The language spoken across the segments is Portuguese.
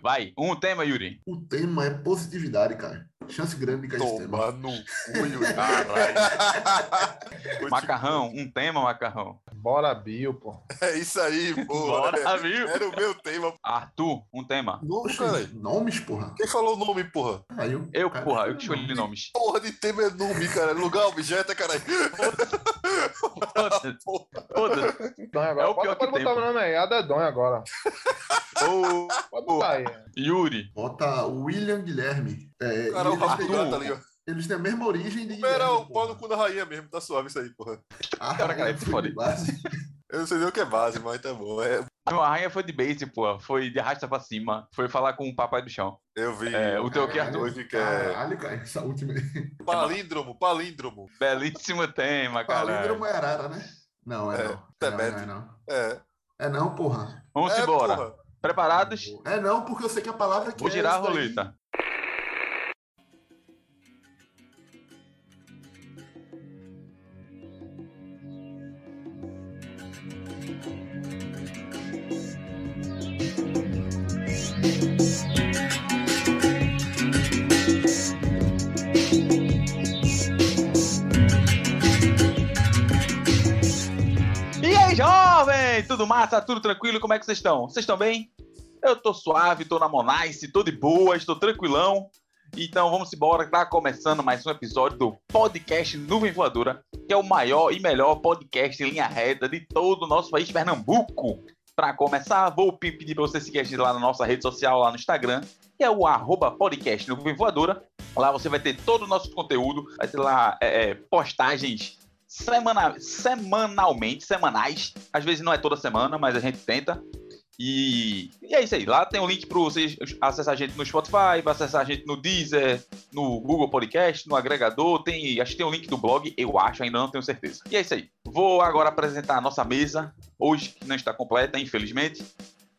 Vai, um tema, Yuri. O tema é positividade, cara. Chance grande de cair esse tema. Toma no cu, Yuri. Caralho. Macarrão, um tema, macarrão. Bora, Bill, pô. É isso aí, pô. Bora, viu? Era o meu tema. Arthur, um tema. Nome, Poxa, cara. nomes, porra. Quem falou o nome, porra? Aí eu, Eu, cara, porra, eu que escolhi nomes. Porra de tema é nome, cara. Lugar, objeto, é caralho. Foda-se. Foda-se. Dom Então, agora. É o Bota- pior que pode tem, botar pô. meu nome aí, Adedonho agora. Ô, Pode botar aí. Yuri. Bota William Guilherme. É, O cara é o eles, rabo do têm, gato ali, ó. eles têm a mesma origem de Guilherme. Era o porra. pau no cu da rainha mesmo, tá suave isso aí, porra. A Cara, cara, rainha se foi fode. de base. Eu não sei nem o que é base, mas tá bom. É, Não, a rainha foi de base, pô. Foi de arrasta pra cima. Foi falar com o papai do chão. eu vi. É, o Ah, teu que, Arthur? Hoje que é. Caralho, cara, essa última. Palíndromo, palíndromo. Belíssimo tema, cara. Palíndromo é arara, né? Não, é, É, não. É não, Deméter. é não. É. É não, porra. Vamos é, embora. porra. Preparados? É não, porque eu sei que a palavra que Vou é girar a isso daí. roleta. E aí, jovem? Tudo massa? Tudo tranquilo? Como é que vocês estão? Vocês estão bem? Eu tô suave, tô na Monice, tô de boa, estou tranquilão. Então vamos embora, tá começando mais um episódio do podcast Nuvem Voadora, que é o maior e melhor podcast em linha reta de todo o nosso país, Pernambuco. Pra começar, vou pe- pedir pra você seguir a gente lá na nossa rede social, lá no Instagram, que é o arroba podcast Nuvem Voadora. Lá você vai ter todo o nosso conteúdo, vai ter lá é, é, postagens semana- semanalmente, semanais. Às vezes não é toda semana, mas a gente tenta. E, e é isso aí. Lá tem um link para vocês acessar a gente no Spotify, pra acessar a gente no Deezer, no Google Podcast, no agregador. Tem, acho que tem um link do blog, eu acho, ainda não tenho certeza. E é isso aí. Vou agora apresentar a nossa mesa, hoje que não está completa, infelizmente.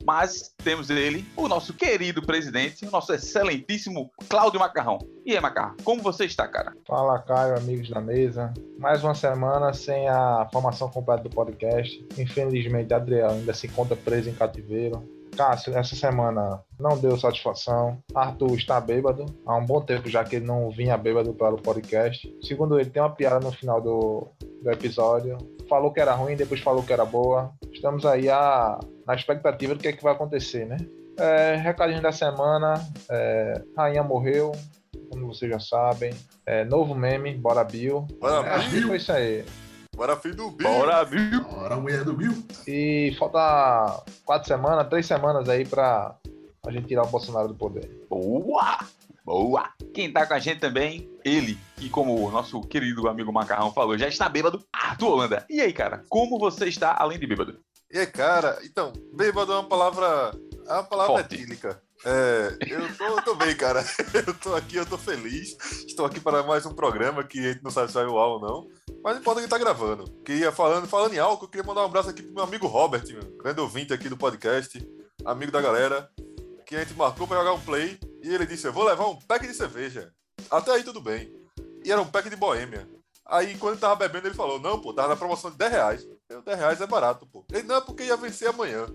Mas temos ele, o nosso querido presidente, o nosso excelentíssimo Cláudio Macarrão. E aí, Macarrão, como você está, cara? Fala, Caio, amigos da mesa. Mais uma semana sem a formação completa do podcast. Infelizmente, Adriano ainda se encontra preso em cativeiro. Cássio, essa semana não deu satisfação. Arthur está bêbado. Há um bom tempo já que ele não vinha bêbado para o podcast. Segundo ele, tem uma piada no final do, do episódio. Falou que era ruim, depois falou que era boa. Estamos aí a, na expectativa do que, é que vai acontecer, né? É, recadinho da semana. É, Rainha morreu, como vocês já sabem. É, novo meme, bora Bill. É, Bora, Acho que foi isso aí. bora filho do bicho. É. Bora, viu? Ora, a mulher do Bill. E falta quatro semanas, três semanas aí pra a gente tirar o Bolsonaro do poder. Boa! Boa! Quem tá com a gente também, ele, que como o nosso querido amigo Macarrão falou, já está bêbado, Arthur Holanda. E aí, cara, como você está além de bêbado? E cara, então, bêbado é uma palavra. É uma palavra Forte. etílica. É, eu tô, eu tô bem, cara. Eu tô aqui, eu tô feliz. Estou aqui para mais um programa que a gente não sabe se vai ao ar ou não. Mas importa que tá gravando. Queria falando, falando em álcool, eu queria mandar um abraço aqui pro meu amigo Robert, meu grande ouvinte aqui do podcast, amigo da galera, que a gente marcou para jogar um play e ele disse: Eu vou levar um pack de cerveja. Até aí tudo bem. E era um pack de boêmia. Aí quando ele tava bebendo, ele falou: Não, pô, tava na promoção de 10 reais. Eu, 10 reais é barato, pô. Ele, não, porque ia vencer amanhã.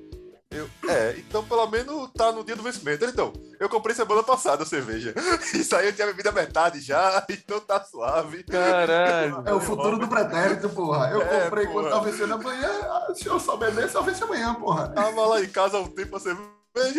Eu, é, então pelo menos tá no dia do vencimento. Ele, então, eu comprei semana passada a cerveja. Isso aí eu tinha bebido a metade já, então tá suave. Caralho! É o futuro do pretérito, porra. Eu É, comprei porra. quando tava vencendo amanhã. ah, Se eu só beber, só vence amanhã, porra. Tava lá em casa há um tempo a cerveja,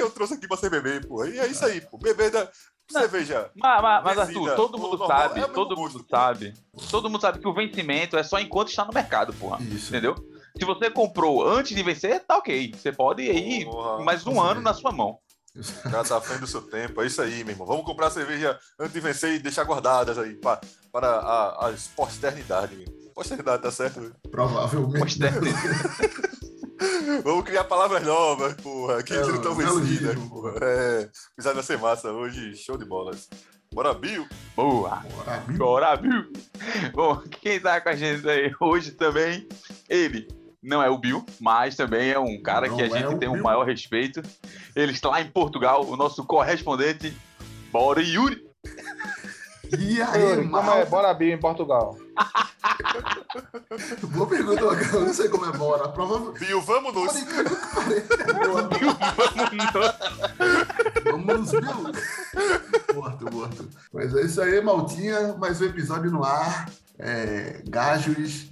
eu trouxe aqui pra você beber, pô. E é isso aí, pô. Beber da Não. cerveja. Mas, mas- mas, Arthur, Bebida, todo o mundo normal sabe, é o mesmo todo gosto, mundo pô. sabe, todo mundo sabe que o vencimento é só enquanto está no mercado, porra. Isso. Entendeu? Se você comprou antes de vencer, tá ok. Você pode ir aí Porra. mais um com ano certeza. na sua mão. Já tá à frente do seu tempo, é isso aí, meu irmão. Vamos comprar cerveja antes de vencer e deixar guardadas aí pra, para a, as posternidade, meu. Posternidade, tá certo? Provavelmente. Posterioridade. Vamos criar palavras novas, porra, que É, não estão né? vencidas, neologismo, porra. É, apesar de ser massa hoje, show de bolas. Bora, Bill. Boa! Ora, Bill. Agora, viu? Bom, quem tá com a gente aí hoje também, ele não é o Bill, mas também é um cara Não que a é gente o tem o Bill. maior respeito. Ele está lá em Portugal, o nosso correspondente, Bora Yuri. E aí, Yuri, como é mal? bora Bill em Portugal? Boa pergunta, eu não sei como é bora. Provavelmente. Bill, vamos nos. Por incrível que pareça, é bora. Vamos Deus, meu! morto, morto. Mas é isso aí, Maltinha. Mais um episódio no ar. É, gajos,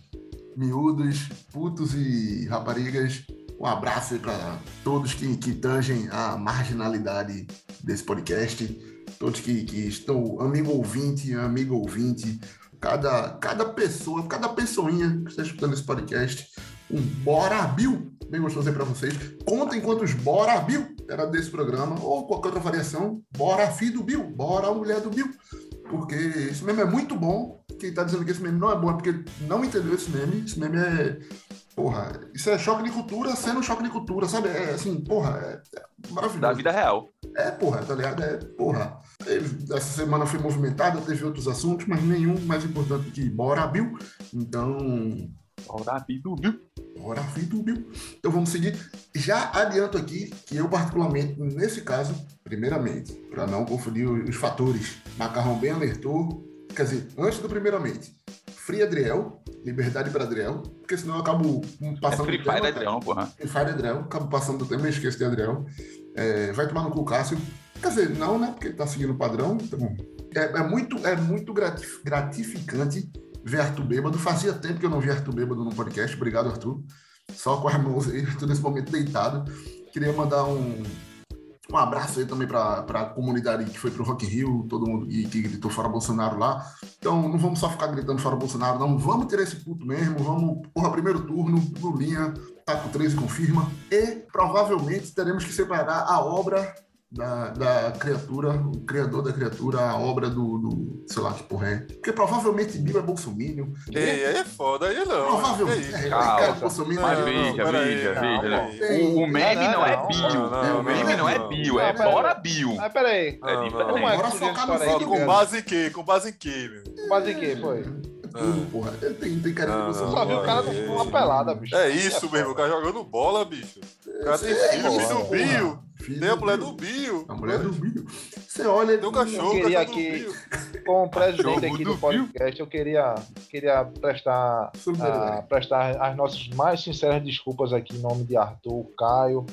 miúdos, putos e raparigas. Um abraço aí para todos que, que tangem a marginalidade desse podcast. Todos que, que estão, amigo ouvinte, amigo ouvinte. Cada, cada pessoa, cada pessoinha que está escutando esse podcast. Um Bora Bill bem gostoso aí para vocês. Contem quantos Bora Bill era desse programa, ou qualquer outra variação, Bora Filho do Bill, Bora Mulher do Bill. Porque esse meme é muito bom. Quem tá dizendo que esse meme não é bom é porque não entendeu esse meme. Esse meme é. Porra, isso é choque de cultura sendo choque de cultura, sabe? É assim, porra, é, é maravilhoso. Da vida real. É, porra, tá ligado? É, porra. Teve- Essa semana foi movimentada, teve outros assuntos, mas nenhum mais importante que Bora Bill. Então, Bora, Bidu, Bill. Bora, feito Bill. Então vamos seguir. Já adianto aqui que eu, particularmente, nesse caso, primeiramente, para não confundir os os fatores, Macarrão bem alertou. Quer dizer, antes do primeiramente, Free Adriel, liberdade para Adriel, porque senão eu acabo hum, É passando. Free do tema, Fire, cara. Adriano, porra. Free Fire Adriel, acabo passando do tema, eu esqueço de Adriel. É, vai tomar no cu Cássio. Quer dizer, não, né? Porque ele tá seguindo o padrão. Então, é, é muito, é muito gratif- gratificante ver Arthur bêbado. Fazia tempo que eu não via Arthur bêbado no podcast. Obrigado, Arthur. Só com as mãos aí, Arthur nesse momento deitado. Queria mandar um, um abraço aí também para a comunidade que foi pro Rock in Rio, todo mundo que, que gritou fora Bolsonaro lá. Então, não vamos só ficar gritando fora Bolsonaro, não. Vamos tirar esse puto mesmo. Vamos, porra, primeiro turno, Lulinha, Taco 13 confirma. E provavelmente teremos que separar a obra da, da criatura, o criador da criatura, a obra do, do- sei lá que porra é. Porque provavelmente Bill é bolsominion. Ei, aí é foda, aí não. é provavelmente. isso. É É, Calma. cara, bolsominion. Mas Não, veja, não, peraí, veja, É, calma veja. aí. Tem- O meme não é não, Bill. não, O meme não é não. Bill, é Não, pera. Bora, Bill. Mas peraí, É Não, diferente. não. como é Bora que surgiu a focar no história Ó, Felipe aí? com Neto. base em quê? Com base em quê, meu? Base em quê, foi? Tudo, porra. Tem, tem cara de Não, é bolsominion. Só vi o cara Olha aí. numa pelada, bicho. É isso foda. mesmo, o cara jogando bola, bicho. O cara tem Você- filho, filho porra. do Bio. É Filho Tem a mulher Bill. do Bio. A mulher do Bill. Você olha. Tem um cachorro, Eu queria cachorro que- do Bio. Como presidente Jogo aqui do do podcast, eu queria, queria prestar a- Solidariedade. prestar as nossas mais sinceras desculpas aqui em nome de Arthur, Caio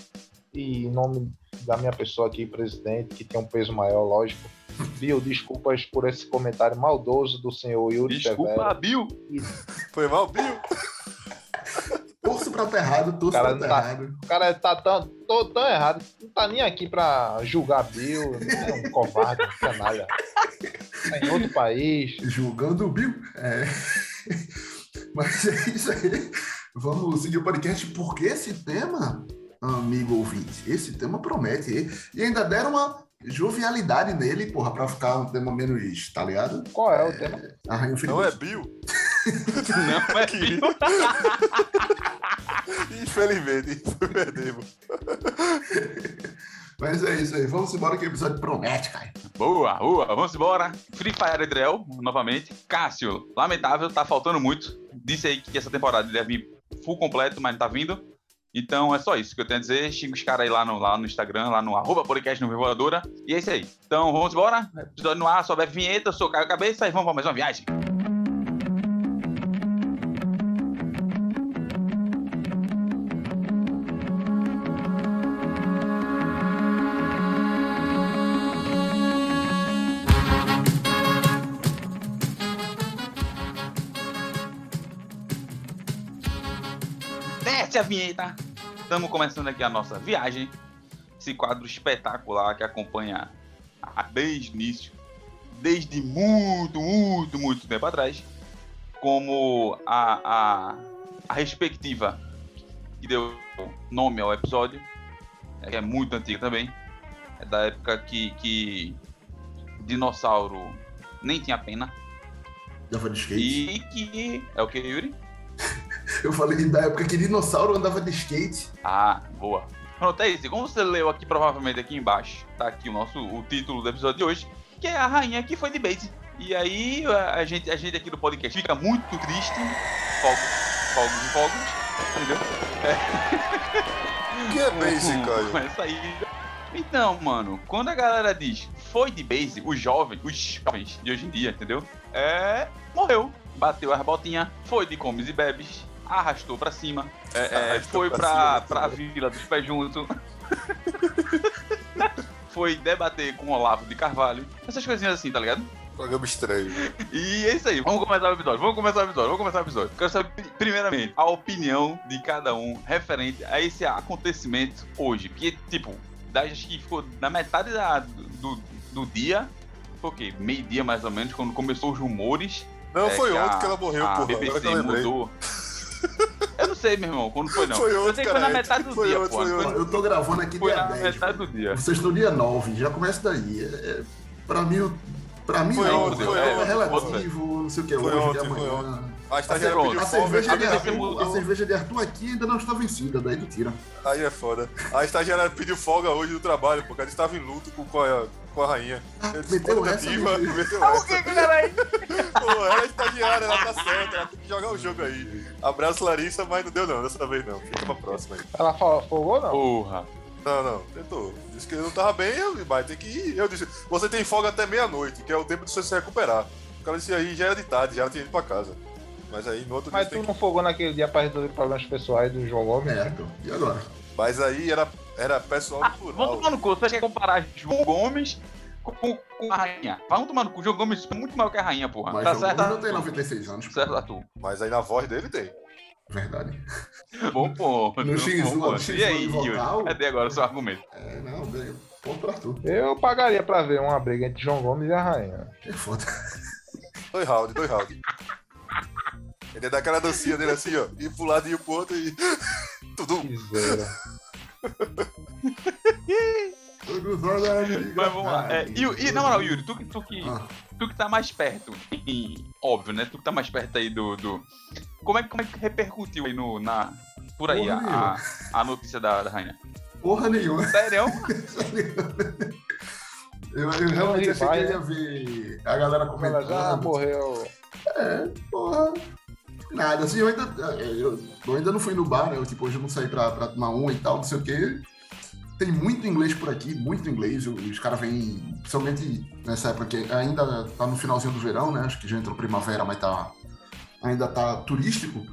e em nome da minha pessoa aqui, presidente, que tem um peso maior, lógico. Bill, desculpas por esse comentário maldoso do senhor Yuri Severo. Desculpa, Bill. Foi mal, Bio? Torço pra tá errado, torço Cara, pra tá não tá- errado. O cara tá tão, tô tão errado, não tá nem aqui pra julgar Bill, é um covarde, não quer nada. Tá em outro país. Julgando o Bill. É. Mas é isso aí. Vamos seguir o podcast, porque esse tema, amigo ouvinte, esse tema promete. E ainda deram uma jovialidade nele, porra, pra ficar um tema menos, tá ligado? Ah, Qual é o tema? Arranha o filho Não é do- Bio? Não é Bill. Infelizmente, perdemos. Mas é isso aí. Vamos embora que o episódio promete, cara. Boa, boa, vamos embora. Free Fire Adriel, novamente. Cássio, lamentável, tá faltando muito. Disse aí que essa temporada ele ia vir full completo, mas não tá vindo. Então é só isso que eu tenho a dizer. Xinga os caras aí lá no, lá no Instagram, lá no arroba podcast no Voadora. E é isso aí. Então vamos embora. Episódio no ar, sobe a vinheta, eu sou Caio Cabeça e vamos pra mais uma viagem. Desce a vinheta! Estamos começando aqui a nossa viagem. Esse quadro espetacular que acompanha a- desde o início, desde muito, muito, muito tempo atrás, como a, a, a respectiva que deu nome ao episódio, é, que é muito antiga também, é da época que, que dinossauro nem tinha pena, Andava de skate. e que é o que, Yuri? Eu falei da época que dinossauro andava de skate. Ah, boa. Pronto, é isso. E Como você leu aqui, provavelmente aqui embaixo, tá aqui o nosso o título do episódio de hoje, que é a rainha que foi de base. E aí a a gente, a gente aqui do podcast fica muito triste. Fogos, fogos e fogos. Entendeu? O que é base, Com- com Caio? essa ida. Então, mano, quando a galera diz foi de base, os jovens, os jovens de hoje em dia, entendeu? É. morreu. Bateu as botinhas, foi de comes e bebes, arrastou pra cima, é, é, Arrastou foi pra pra, pra cima, vila dos pés junto. foi debater com o Olavo de Carvalho. Essas coisinhas assim, tá ligado? Programa estranho. E é isso aí, vamos começar o episódio, vamos começar o episódio, vamos começar o episódio. Quero saber, primeiramente, a opinião de cada um referente a esse acontecimento hoje. Porque, tipo, da, acho que ficou na metade da- do, do dia, foi o quê? Meio-dia mais ou menos, quando começou os rumores. Não, é, foi que ontem a- que ela morreu, a porra. Agora que eu BBC lembrei. mudou. Eu não sei, meu irmão, quando foi não. Foi eu ontem, sei que foi na cara, metade do foi dia, ontem, pô. foi Ó, Foi, Eu tô gravando aqui foi dia na 10. metade do dia. Vocês estão dia 9, já começa daí. É, é, pra mim, o- pra mim Foi não, ontem, entendeu? foi é, ontem, relativo, não sei o que, Foi hoje, de ontem, foi amanhã. A estagiária Assim, pediu A folga. cerveja, de a BBC Arthur, a mudou. cerveja de Arthur aqui ainda não está vencida, daí ele tira. Aí é foda. A estagiária pediu folga hoje do trabalho, porque ela estava em luto com, com, a, com a rainha. Ah, Eu disse, meteu puta essa, diva, meu meteu Ah, o essa. que, caralho? Pô, ela é estagiária, ela tá certa, ela tem que jogar o jogo aí. Abraço Larissa, mas não deu não, dessa vez não. Fica pra próxima aí. Ela falou, folgou não? Porra. Não, não, tentou. Disse que eu não tava bem, eu vai ter que ir. Eu disse, você tem folga até meia-noite, que é o tempo de você se recuperar. O cara disse aí, já era de tarde, já tinha ido pra casa. Mas aí no outro Mas dia tu tem não folgou naquele dia pra resolver problemas pessoais do João Gomes? É, então, e agora? que. Mas aí era, era pessoal Ah, do Vamos plural. tomar no cu. Você acha que é comparar João Gomes com, com a rainha? Vamos tomar no cu. João Gomes é muito maior que a rainha, porra. Mas tá João certo? Gomes não Arthur? tem 96 anos. pô. Certo, Arthur. Mas aí na voz dele tem. Verdade. Bom ponto. No bom X1, ponto. no X1 E aí, vocal? Yuri? Cadê agora o seu argumento? É, não, ganhou. Ponto pra Arthur. Eu pagaria pra ver uma briga entre João Gomes e a rainha. É foda. Dois rounds, dois rounds. Ele ia dar aquela dancinha dele assim, ó. Ir pro lado e ir pro outro e. Tudo. Que zero. Mas vamos lá. É, Yuri- e, na moral, Yuri, tu, que- tu, que, Ah, tu que tá mais perto. Óbvio, né? Tu que tá mais perto aí do. do... Como, é, que- como é que repercutiu aí no, na, por aí a, Porra a, a notícia da, da rainha? porra nenhuma. Sério? Eu, eu realmente achei que Vai, ia ver a galera Ela já comentando. morreu. É, porra. Nada, assim, eu ainda, eu, eu ainda não fui no bar, né? Eu, tipo, hoje eu não saí pra, pra tomar um e tal, não sei o quê. Tem muito inglês por aqui, muito inglês. Os caras vêm, principalmente nessa época que ainda tá no finalzinho do verão, né? Acho que já entrou primavera, mas tá, ainda tá turístico.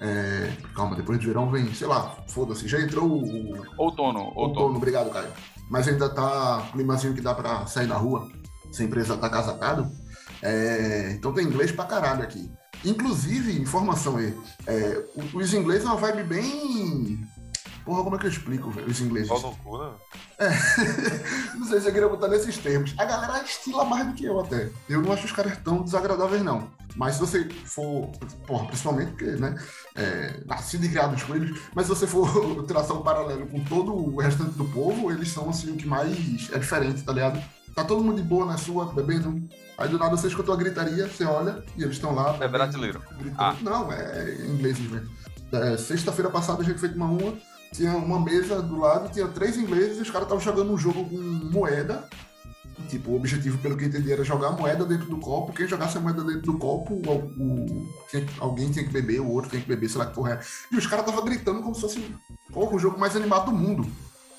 É, calma, depois do verão vem, sei lá, foda-se, já entrou o, Outono, outono. Outono, obrigado, Caio. Mas ainda tá climazinho que dá pra sair na rua, sem precisar estar casacado. tá É, então tem inglês pra caralho aqui. Inclusive, informação aí, é, o- os ingleses é uma vibe bem... Porra, como é que eu explico, velho, os ingleses? Pau no cu, né? não sei se eu queria botar nesses termos. A galera estila mais do que eu até. Eu não acho os caras tão desagradáveis, não. Mas se você for, porra, principalmente porque, né, é, nascido e criado com eles, mas se você for traçar um paralelo com todo o restante do povo, eles são, assim, o que mais é diferente, tá ligado? Tá todo mundo de boa na sua, bebendo. Aí do nada você escutou a gritaria, você olha, e eles estão lá. É brasileiro. Gritando. Ah. Não, é inglês mesmo. É, Sexta-feira passada a gente fez uma uma, tinha uma mesa do lado, tinha três ingleses e os caras estavam jogando um jogo com moeda. Tipo, o objetivo, pelo que eu entendi, era jogar a moeda dentro do copo. Quem jogasse a moeda dentro do copo, o, o- tinha- alguém tinha que beber, o outro tinha que beber, sei lá que porra é. E os caras estavam gritando como se fosse porra, o jogo mais animado do mundo.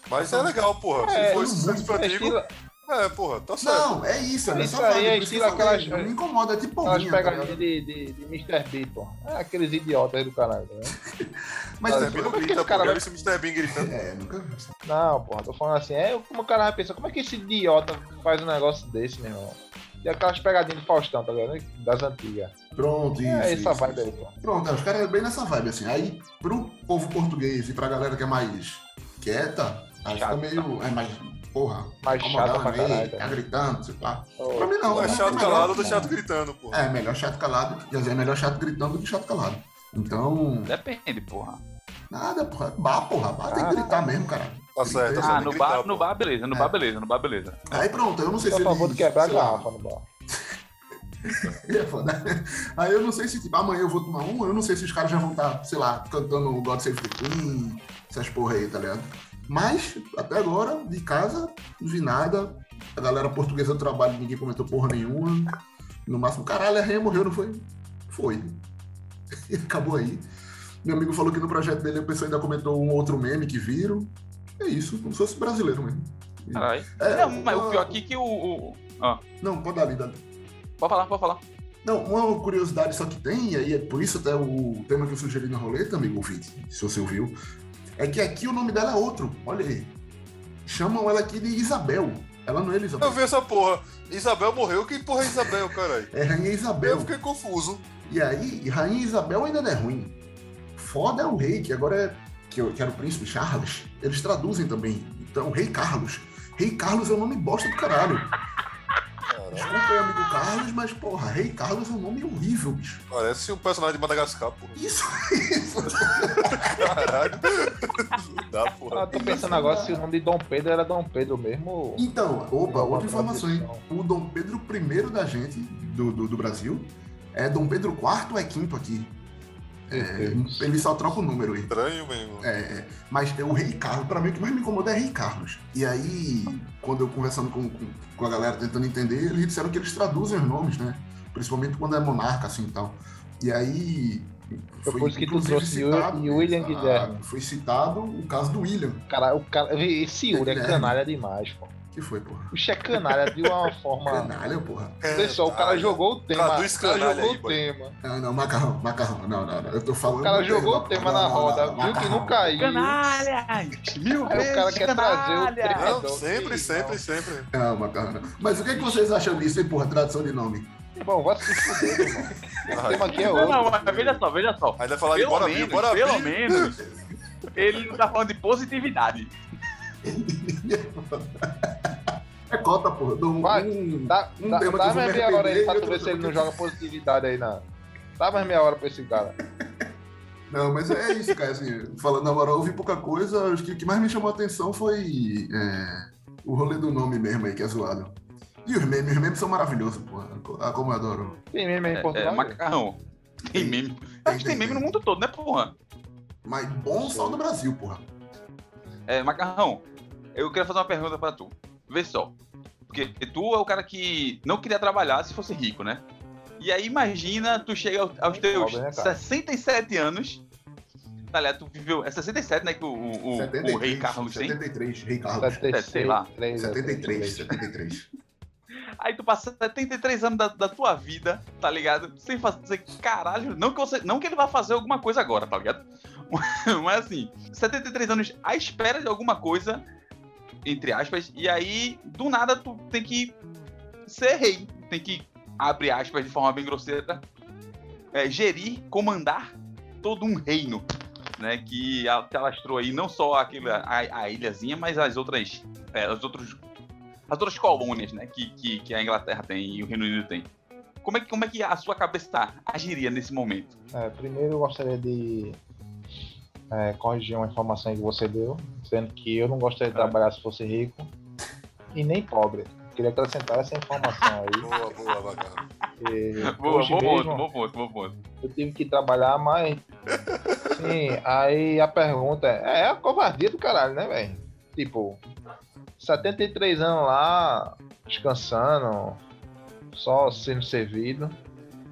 Mas isso é legal, porra. Se É, fosse eu sucesso É antigo. estilo, É, porra, tá certo. Não, é isso, é Isso só aí vibe, por é isso que estilo eu falei, aquelas- não me incomoda, é tipo aquelas unha, tá ligado? pegadinhas de, de, de Mr. B, pô. É, aqueles idiotas do caralho. Né? Mas Mr. Bean tipo, não Por que grita, esse cara porra. Já vai- vi esse Mr. Bean gritando. é, nunca vi. Não, porra, tô falando assim, é como o cara vai pensar, como é que esse idiota faz um negócio desse, meu irmão? E aquelas pegadinhas de Faustão, tá ligado? Das antigas. Pronto, isso. É isso, essa vibe isso. aí, pô. Pronto, é, os caras é bem nessa vibe, assim. Aí, pro povo português e pra galera que é mais quieta, aí fica Chata. meio. É mais. Porra, Mais chata pra aí, caralho. tá Tá? gritando, sei lá. Ô, Pra mim não, É né? chato melhor- calado ou chato gritando, porra. É, melhor chato calado, quer dizer, é melhor chato gritando do que chato calado. Então, Depende, porra. nada, porra. Bah, porra, bah, tem Ah, que gritar mesmo, cara. Tá certo, tá Ah, certo. no gritar, bar, pô. no bar, beleza, no É. bar, beleza, no bar, beleza. Aí pronto, eu não sei Sou se a favor de eles- quebrar a sei lá, garrafa no bar. É foda. Aí eu não sei se, tipo, amanhã eu vou tomar um, eu não sei se os caras já vão estar, sei lá, cantando o God Save the Queen, essas porra aí, tá ligado? Mas, até agora, de casa, não vi nada. A galera portuguesa do trabalho, ninguém comentou porra nenhuma. No máximo, caralho, a Rainha morreu, não foi? Foi. E acabou aí. Meu amigo falou que no projeto dele a pessoa ainda comentou um outro meme que viram. É isso, como se fosse brasileiro mesmo. Caralho. É, Não, mas o uma- pior aqui é que o. o- Não, pode dar, vida. Pode falar, pode falar. Não, uma curiosidade só que tem, e aí é por isso até o tema que eu sugeri na roleta, amigo ouvinte, se você ouviu, é que aqui o nome dela é outro, olha aí. Chamam ela aqui de Isabel. Ela não é Elizabeth. Eu vi essa porra. Isabel morreu. Que porra é Isabel, caralho? É Rainha Eu Isabel. fiquei confuso. E aí, Rainha Isabel ainda não é ruim. Foda é o rei, que agora é. Que, eu- que era o príncipe Charles. Eles traduzem também. Então, Rei Carlos. Rei Carlos é um nome bosta do caralho. Caralho, Desculpa, meu amigo Carlos, mas porra, Rei Carlos é um nome horrível, bicho. parece um personagem de Madagascar, porra. Isso, isso. Caralho. Não dá, Ah, porra. tô pensando agora se o nome de Dom Pedro era Dom Pedro mesmo. ou- Então, opa, outra informação, hein? tradição. O Dom Pedro I da gente, do, do, do Brasil, é Dom Pedro IV ou é quinto aqui? É, Deus. ele só troca o número aí. Estranho mesmo. É, é. mas é o Rei Carlos, pra mim o que mais me incomoda é Rei Carlos. E aí, quando eu conversando com, com, com a galera tentando entender, eles disseram que eles traduzem os nomes, né? Principalmente quando é monarca, assim e tal. E aí. Foi por isso que tu inclusive, trouxe Yuri- citado, William ah, Guilherme. Foi citado o caso do William, Cara, o cara. Esse Yuri é Guilherme. canalha demais, pô. que foi, porra. O é canalha de uma forma. Canalha, porra. Pessoal, É, o cara Caralho. jogou o tema. Traduz o cara canalha jogou aí, o boy. tema. Não, não, macarrão, macarrão. Não, não, não. Eu tô falando. O cara do jogou o tema, tema não, na não, não, roda, não, viu que macarrão. não caiu. Canalhas! Mil Aí vezes o cara quer canalha! trazer Não, o Perdão, sempre, É, então, sim, sempre, não. sempre. Não, macarrão. não. Mas o que, é que vocês acham disso, hein, porra? Tradução de nome. Bom, vai se fuder, irmão. O tema Ai, aqui é Não, outro. não, mas veja só, veja só. Aí vai falar de Pelo bora vir, menos, bora pelo vir. menos, ele não tá falando de positividade. É cota, porra. Eu dou um- Vai, um- Dá, Um tema dá, dá que eu vou mais me meia hora aí arrepender pra e tu ver outro se tema ele não que eu- joga positividade aí, não. Dá mais meia hora pra esse cara. Não, mas é isso, cara. Assim, falando na moral, eu ouvi pouca coisa. Acho que o que mais me chamou a atenção foi é, o rolê do nome mesmo aí, que é zoado. E os memes, os memes são maravilhosos, porra. Ah, como eu adoro. Tem meme aí em É, Portugal? macarrão. Tem meme. Acho que tem meme no mundo todo, né, porra? Mas bom só no Brasil, porra. É, Macarrão, eu queria fazer uma pergunta pra tu. Vê só. Porque tu é o cara que não queria trabalhar se fosse rico, né? E aí imagina, tu chega ao- aos teus Pobre, né, cara? 67 anos. Tá ligado? Tu viveu. É 67, né? Que o, o- o- o rei Carlos tem. 73, Rei Carlos. 76, sei lá. 3, 73, 73. Aí tu passa 73 anos da, da tua vida, tá ligado? Sem fazer caralho. Não que, você, não que ele vá fazer alguma coisa agora, tá ligado? Mas assim, 73 anos à espera de alguma coisa, entre aspas, e aí do nada tu tem que ser rei. Tem que, abre aspas de forma bem grosseira, é, gerir, comandar todo um reino, né? Que a- que alastrou aí não só aquele, a, a ilhazinha, mas as outras. é, os outros as outras colônias, né, que, que, que a Inglaterra tem e o Reino Unido tem. Como é que, como é que a sua cabeça tá, agiria nesse momento? É, primeiro eu gostaria de é, corrigir uma informação aí que você deu, dizendo que eu não gostaria de Ah. trabalhar se fosse rico e nem pobre. Queria acrescentar essa informação aí. Boa, boa, bacana. porque Boa, É, hoje bom ponto, mesmo bom ponto, bom ponto. eu tive que trabalhar, mas. Sim, aí a pergunta é: é a covardia do caralho, né, velho? Tipo, 73 anos lá, descansando, só sendo servido.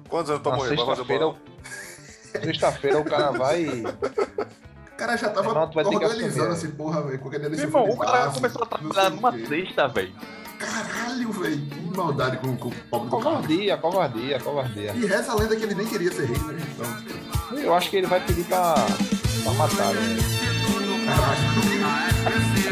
Quantos anos pra Na morrer? Vai fazer sexta-feira, boa. o... sexta-feira o cara vai e O cara já tava Não, tu vai ter que organizando assumir, né? essa porra, velho. Qualquer dia Meu deixa eu irmão, o fazer cara vaso, começou a não trabalhar sei o numa quê. sexta, velho. Caralho, velho. Que maldade com, com o pobre do Carlos. Covardia, covardia, covardia. E reza a lenda que ele nem queria ser rei, né? Então, Eu acho que ele vai pedir pra, pra matar, né? caralho.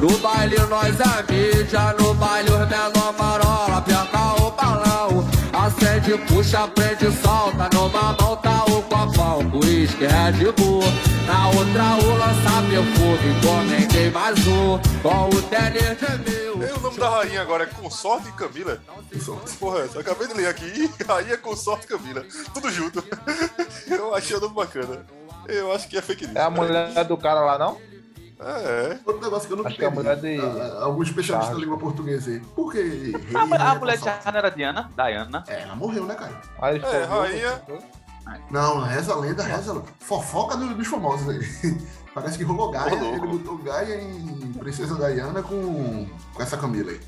No baile nós é mídia, no baile os menor marola, perca o balão. Acende, puxa, prende, solta, numa mão tá o copão, uísque, Red Bull. Na outra o lança perfume, encomendei mais um, com o tênis de mil. E o nome da rainha agora é Consorte Camila? Consorte. Porra, eu acabei de ler aqui. Rainha Consorte Camila. Tudo junto. Eu achei o nome bacana. Eu acho que é fake news. É a mulher do cara lá, não? É, Outro negócio que eu não Acho que é a mulher de- Ah, ah, Alguns especialistas da Charles. Ah, língua portuguesa aí. Por que rei, A, mu- a rainha, mulher de consorte? Diana era Diana, Diana. É, ela morreu, né, cara? Aí ele É, ficou viúvo, rainha. entendeu? Não, reza a lenda, reza a lenda. Fofoca do- dos famosos aí. Parece que rolou Gaia. Ô, Ele louco. botou Gaia em Princesa Diana com, com essa Camila aí.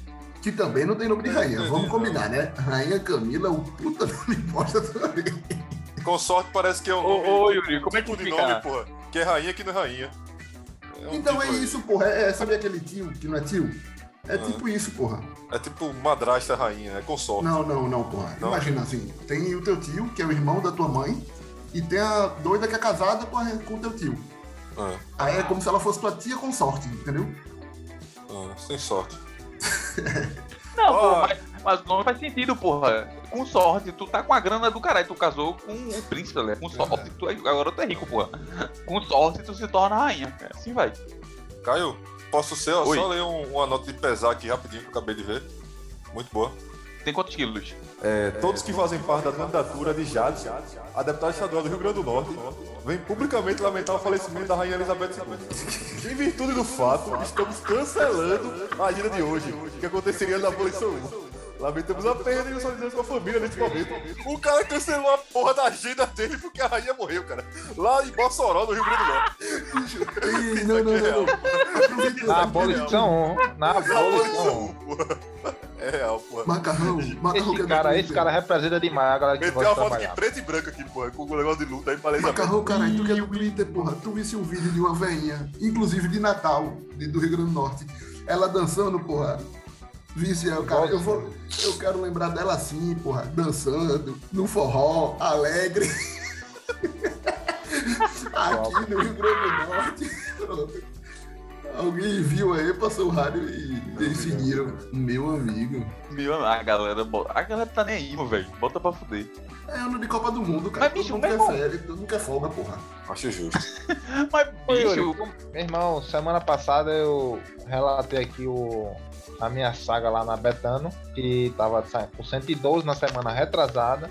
Que também não tem nome de É, rainha. Vamos combinar, né? Rainha Camila, é o puta nome bosta também. Consorte parece que é um Ô, nome. ô, Yuri, como é que tipo de fica? nome, porra. Que é rainha que não é rainha. É um Então é tipo- Ah. isso, porra. É, sabe aquele tio que não é tio? É tipo isso, porra. É tipo madrasta rainha, é consorte. Não, não, não, porra. Não? Imagina assim, tem o teu tio, que é o irmão da tua mãe, e tem a doida que é casada com, a, com o teu tio. Ah, Aí é como se ela fosse tua tia com sorte, entendeu? ah, sem sorte. Não, pô, Ó. mas, mas não faz sentido, porra. Com sorte, tu tá com a grana do caralho, tu casou com um príncipe, né? Com Uhum. sorte, tu é, agora tu é rico, porra. Com sorte, tu se torna rainha. É, Assim vai. Caio, posso ser? ó, Oi. Só ler um- uma nota de pesar aqui rapidinho que eu acabei de ver. Muito boa. Tem quantos quilos? É, Todos que fazem parte da candidatura de Jade, a deputada estadual do Rio Grande do Norte, vem publicamente lamentar o falecimento da Rainha Elizabeth II. Em virtude do fato, estamos cancelando a agenda de hoje, que aconteceria na Abolição 1. Lamentamos a perda e nos solidariamos com a família nesse momento. O cara cancelou a porra da agenda dele porque a rainha morreu, cara. Lá em Bossoró, no Rio Grande do Norte. Ih, não, não, não. não. Aproveita Na Ah, essa abolição, na Na abolição. Abolição 1, porra. É real, porra. Macarrão, macarrão que é Esse cara, esse cara representa demais a galera que Meteu uma gosta de foto aqui trabalhar. preto e branco aqui, porra, com o negócio de luta aí pra Elizabeth. Macarrão, caralho, tu que é do glitter, porra. Tu visse um vídeo de uma veinha, inclusive de Natal, de- do Rio Grande do Norte, ela dançando, porra. Visse, eu, cara, eu, vou, eu quero lembrar dela assim, porra, dançando, no forró, alegre. Aqui no Rio Grande do Norte. Pronto. Alguém viu aí, passou o rádio e decidiram. Meu amigo. Meu, a galera, bo- a galera tá nem aí, meu velho. Bota pra fuder. É ano de Copa do Mundo, cara. Mas, bicho, todo mundo meu quer férias, todo mundo quer folga, porra. Acho justo. Mas, Ô, Yuri, bicho, Meu irmão, semana passada eu relatei aqui o, a minha saga lá na Betano, que tava sa- com 112 na semana retrasada.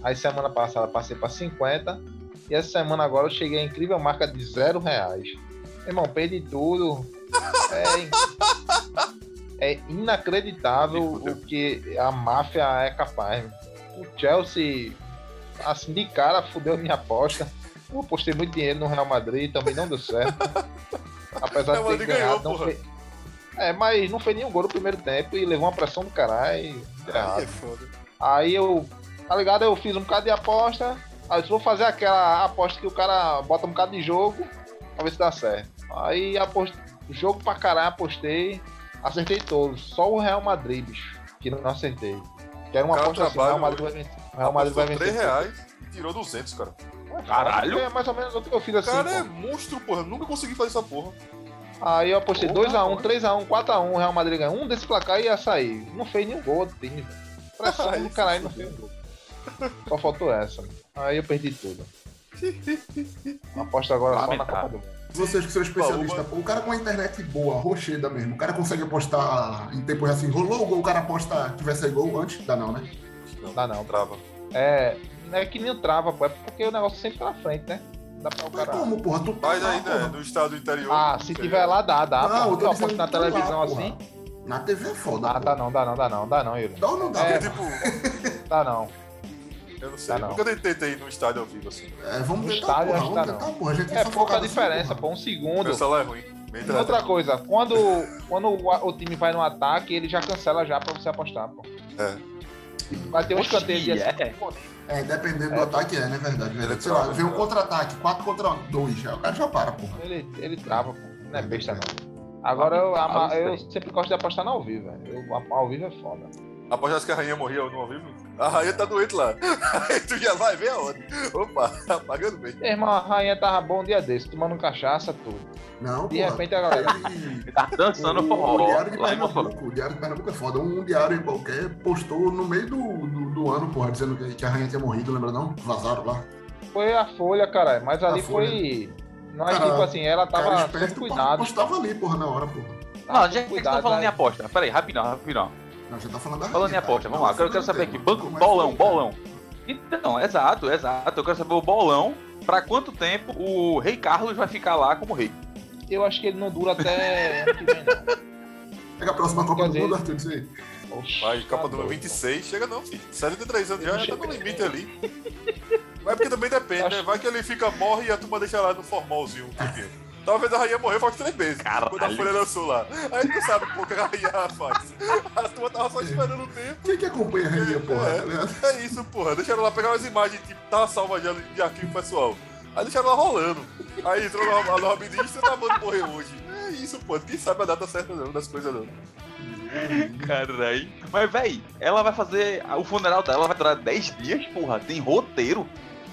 Aí semana passada passei pra 50. E essa semana agora eu cheguei à incrível marca de zero reais. Meu irmão, perdi tudo. É, in- é inacreditável o que a máfia é capaz. meu. O Chelsea, assim de cara, fudeu minha aposta. Eu apostei muito dinheiro no Real Madrid, também não deu certo. Apesar Real de ter Madrid ganhado, ganhou, não porra. fez... É, mas não fez nenhum gol no primeiro tempo e levou uma pressão do caralho. deu errado. é foda. Aí eu, tá ligado? Eu fiz um bocado de aposta. Aí eu disse, vou fazer aquela aposta que o cara bota um bocado de jogo pra ver se dá certo. Aí apost... jogo pra caralho, apostei. Acertei todos. Só o Real Madrid, bicho, que não acertei. Que era uma Cara, aposta assim, o Real trabalho, Madrid vai vencer. O Real Madrid vai Apostou 3 vencer. reais e tirou 200, cara. Caralho. É mais ou menos o que eu fiz O assim. cara é pô. monstro, porra. Eu Nunca consegui fazer essa porra. Aí eu apostei Porra, 2x1, 3x1, 4x1, o Real Madrid ganhou. Um desse placar ia sair. Não fez nenhum gol do time, velho. Pressão Ai, do caralho, não fez um gol. Só faltou essa. mano. Aí eu perdi tudo. Aposta agora só na Lamentável. Copa do Mundo. Vocês que são especialistas, pô, o cara com a internet boa, rocheda mesmo, o cara consegue apostar em tempo assim, rolou o gol, o cara aposta que vai sair gol antes? Dá não, né? Dá não. Trava. É, não é que nem o trava, pô. É porque o negócio sempre tá na frente, né? Dá pra o Mas cara... como, porra? Tu Mas tá, aí, né, porra. no estado do interior. Ah, se tiver lá, dá, dá. Não, pô. eu tô Eu dizendo aposto na que tá lá, televisão porra. assim. Na TV é foda. Ah, pô. dá não, dá não, dá não, dá não, Yuri. Dá ou não dá? É. pô? Tipo, Dá não. eu não sei. Dá não. Nunca tentei ter ido num estádio ao vivo assim. É, vamos No tentar, estádio, porra, acho vamos que dá tá, não. tentar, porra. A gente É só pouca focado assim, diferença, pô. porra. Um segundo. Meu celular é ruim. Minha E internet outra coisa, quando, quando o, a- o time vai no ataque, ele já cancela já pra você apostar, pô. É. Vai ter um Oxi, escanteio de é? É, dependendo do É. ataque é, né? Verdade, verdade. Sei trava, lá, vem um né? contra-ataque, 4 contra 2, aí o cara já para, porra. Ele, ele trava, pô. Não é besta, não. Agora eu, ama- eu sempre gosto de apostar no ao vivo, velho. Eu- Ao vivo é foda. Apostasse que a rainha morria no ao vivo? A rainha tá doente lá. Aí tu já vai ver a hora. Opa, tá pagando bem. Meu irmão, a rainha tava bom um dia desse, tomando cachaça, tudo. Não, De porra. repente é. a galera. ele tá dançando O forró Diário de lá em Mossoró. Pernambuco, o Diário de Pernambuco é foda. Um diário qualquer postou no meio do, do, do ano, porra, dizendo que, que a rainha tinha morrido, lembra não? Vazaram lá. Foi a folha, caralho. Mas A ali Folha. foi. Nós, Cara, tipo assim, ela O cara tava esperto sob cuidado. postava ali, porra, na hora, porra. tava Não, sob já que estão cuidado, falando em aí- aposta. Peraí, rapidão, rapidão. Não, já tá falando da Falando em rainha, cara. aposta, vamos lá. Não, Eu quero não saber tem, aqui. Banco, como é que bolão, foi, bolão. Então, exato, exato. Eu quero saber o bolão. Pra quanto tempo o Rei Carlos vai ficar lá como rei? Eu acho que ele não dura até ano que vem, não. cara? Pega a próxima Copa Quer do dizer- Mundo, Arthur, diz aí. Oxi, Vai, Copa tá do Mundo doido. 26, chega não, filho. 73 anos já, Não já tá chega. no limite ali. Mas porque também depende, né? Vai que ele fica, morre e a turma deixa lá no formalzinho. um tempinho. Talvez a rainha morreu faz três meses. Caralho. Quando a Folha lançou lá. A gente não sabe o que a rainha faz. A turma tava só esperando o tempo. Quem que acompanha a rainha, porra? tá ligado? É, é isso, porra. Deixaram lá pegar umas imagens, tipo, tá salva já de arquivo pessoal. Aí deixaram lá rolando. Aí entrou a nova- a nova ministra e tá mandando morrer hoje. É isso, pô. Quem sabe a data certa não, das coisas não. Caralho. Mas, véi, ela vai fazer. O funeral dela vai durar 10 dias, porra. Tem roteiro.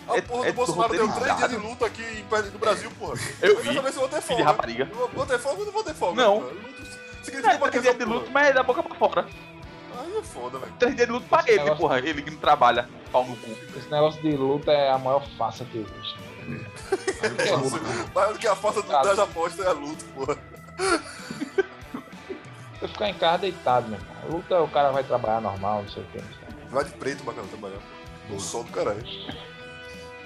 A É- porra é do Bolsonaro deu três dias roteirizado. de luta aqui em pé do Brasil, porra. Eu quero vi. saber se eu vou ter Filho folga. de rapariga. Eu vou ter folga ou não vou ter folga? Não. porra? Luto significa É, uma três coisa. dias de luto, mas é da boca pra fora. Aí é foda, velho. Três dias de luto pra ele, negócio- porra. Ele que não trabalha. Pau no cu. Esse negócio de luta é a maior farsa que existe. É Aí eu falo, Mais do que a falta do, Ah, das apostas é a luta, porra. Eu ficar em casa deitado, meu irmão. Luta, o cara vai trabalhar normal, não sei o que. Vai de preto, bacana, trabalhar. O sol do caralho.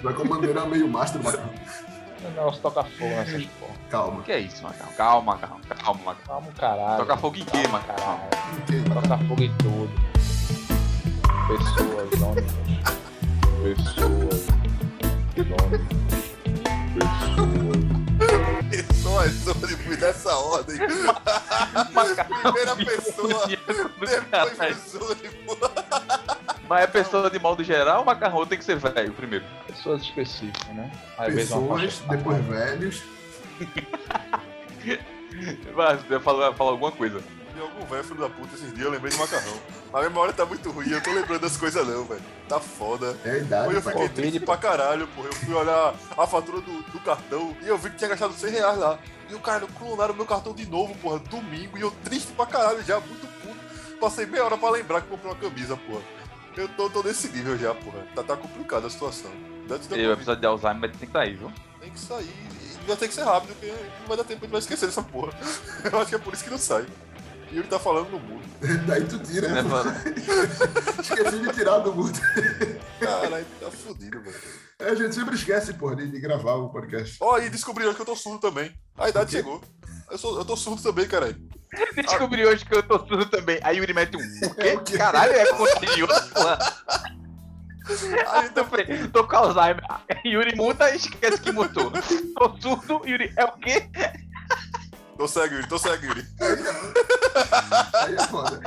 Vai com a bandeira meio master, mas O negócio toca fogo nessas Hum. porra. calma. Que é isso, Macau? Calma, calma, calma, Macau. Calma, caralho. Toca fogo em quê, Calma, mano? Caralho. Entendo. Toca fogo em tudo. Pessoas, homens. Pessoas. Homens. Pessoas, depois dessa ordem. Primeira pessoa, depois Caralho. pessoa. Mas é pessoa de modo geral, macarrão tem que ser velho primeiro. Pessoas específicas, né? é, Às vezes uma Pessoas, faixa depois velhos. Vai, eu ia falar, falar alguma coisa. E algum velho filho da puta esses dias, eu lembrei de macarrão. Mas a memória tá muito ruim, eu tô lembrando das coisas não, velho. Tá foda. É a Hoje idade, eu pai. fiquei Covid, triste pô. pra caralho, porra. Eu fui olhar a fatura do, do cartão e eu vi que tinha gastado 100 reais lá. E o caralho, clonaram meu cartão de novo, porra, domingo. E eu triste pra caralho já, muito puto. Passei meia hora pra lembrar que comprei uma camisa, porra. Eu tô, tô nesse nível já, porra. Tá, tá complicada a situação. Antes da E o Covid, episódio de Alzheimer tem que sair, viu? Tem que sair. E vai ter que ser rápido, porque não vai dar tempo, a gente vai esquecer dessa porra. Eu acho que é por isso que não sai. E ele tá falando no mundo. Daí tu tira. Né, pô. mano? Esqueci de tirar do mundo. Caralho, tá fudido, velho. A gente sempre esquece, pô, de, de gravar o podcast. Ó, e descobriram que eu tô surdo também. A idade chegou. Eu, sou, eu tô surdo também, caralho. Descobri hoje que eu tô surdo também. Aí o Yuri mete um. O o quê? quê? Caralho, é contagioso, porra. Aí Eu falei, tô com Alzheimer. Yuri muta e esquece que mutou. Tô surdo, Yuri é o quê? Tô cego, Yuri, tô cego, Yuri. Aí é foda.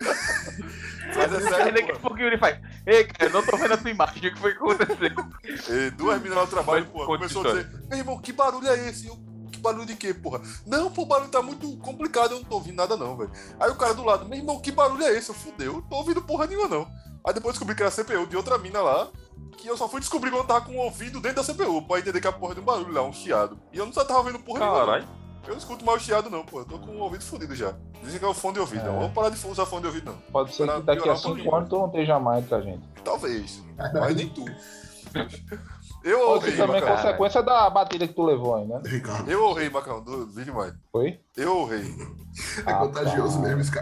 Mas é Aí sério, daqui a porra. pouco o Yuri faz. Ei, cara, eu não tô vendo a tua imagem. O que foi que aconteceu? E duas meninas lá no trabalho, Mas porra, conta começou a história. dizer, meu irmão, que barulho é esse? Eu, que barulho de quê, porra? Não, pô, o barulho tá muito complicado, eu não tô ouvindo nada não, velho. Aí o cara do lado, meu irmão, que barulho é esse? Eu fudeu, eu não tô ouvindo porra nenhuma não. Aí depois descobri que era CPU de outra mina lá, que eu só fui descobrir quando eu tava com o ouvido dentro da CPU, pra entender que a porra de um barulho lá, um chiado. E eu não tava ouvindo porra nenhuma. não. Eu não escuto mais o chiado não, pô, eu tô com o ouvido fudido já. Dizem que é o fone de ouvido, É. não. Vamos parar de usar fone de ouvido não. Pode ser Pra que daqui piorar a um pouquinho. 5 anos tu não esteja mais com a gente. Talvez, mas nem tu. Eu Pode ouvi, ser também Macarrão. consequência da batida que tu levou ainda, né? Ricardo, Eu honrei, Macarrão, do vídeo mais. Foi? Eu honrei. é Ah, contagioso mesmo, Sky.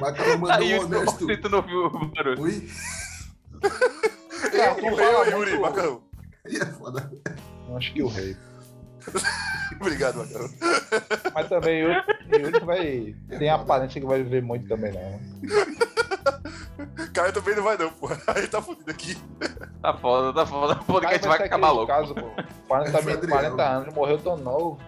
Macarrão mandou Aí um o Yuri honesto. tenta não ouviu o barulho. Oi? Cara, tu Eu, fala eu, Yuri, muito- Macarrão. Aí é foda. Eu Acho que o rei. Obrigado, Macarrão. Mas também o Yuri vai. Tem a aparência que vai viver muito também, não. Caio também não vai, não, porra. Aí tá fudido aqui. Tá foda, tá foda. O Cara, podcast mas vai tá acabar aquele logo. Caso, pô. 40, Esse é Adriano. 40 anos, morreu tão novo.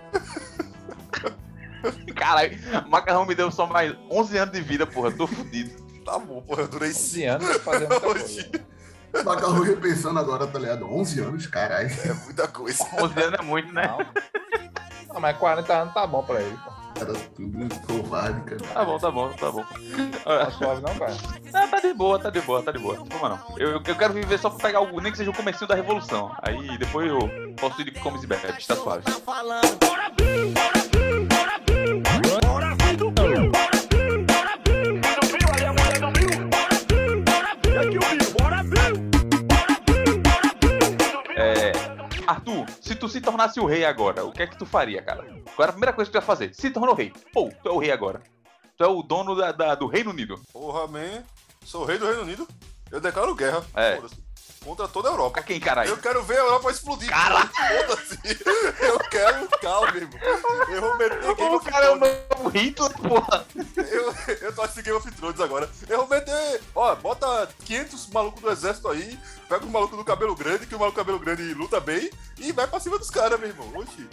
Caralho, o macarrão me deu só mais 11 anos de vida, porra. Tô fudido. Tá bom, porra. Eu durei 11 cinco. anos fazendo muita Hoje. coisa. Macarrão repensando agora, tá ligado? 11 anos, caralho. É muita coisa. 11 anos é muito, né? Não. Não, mas 40 anos tá bom pra ele, pô. Era tudo covarde, cara. Tá bom, tá bom, tá bom. Tá suave não, cara. Ah, tá de boa, tá de boa, tá de boa. Não Toma não. Eu, eu quero viver só pra pegar o, nem que seja o comecinho da revolução. Aí depois eu posso ir de comes e bebes, tá suave. É, Arthur, se tu se tornasse o rei agora, o que é que tu faria, cara? Qual era a primeira coisa que tu ia fazer? Se tornou rei. Pô, tu é o rei agora. Tu é o dono da- da- do Reino Unido. Porra, man. Sou o rei do Reino Unido. Eu declaro guerra. É. Foda-se. Contra toda a Europa. Pra quem, caralho? Eu quero ver a Europa explodir. Caralho! Foda-se. Eu quero calma, irmão. Eu vou meter Game O of cara é o Thrones. novo Hitler, porra. Eu, eu tô assistindo Game of Thrones agora. Eu vou meter. Ó, bota 500 malucos do exército aí. Pega o maluco do cabelo grande, que o maluco do cabelo grande luta bem. E vai pra cima dos caras, meu irmão. Oxi.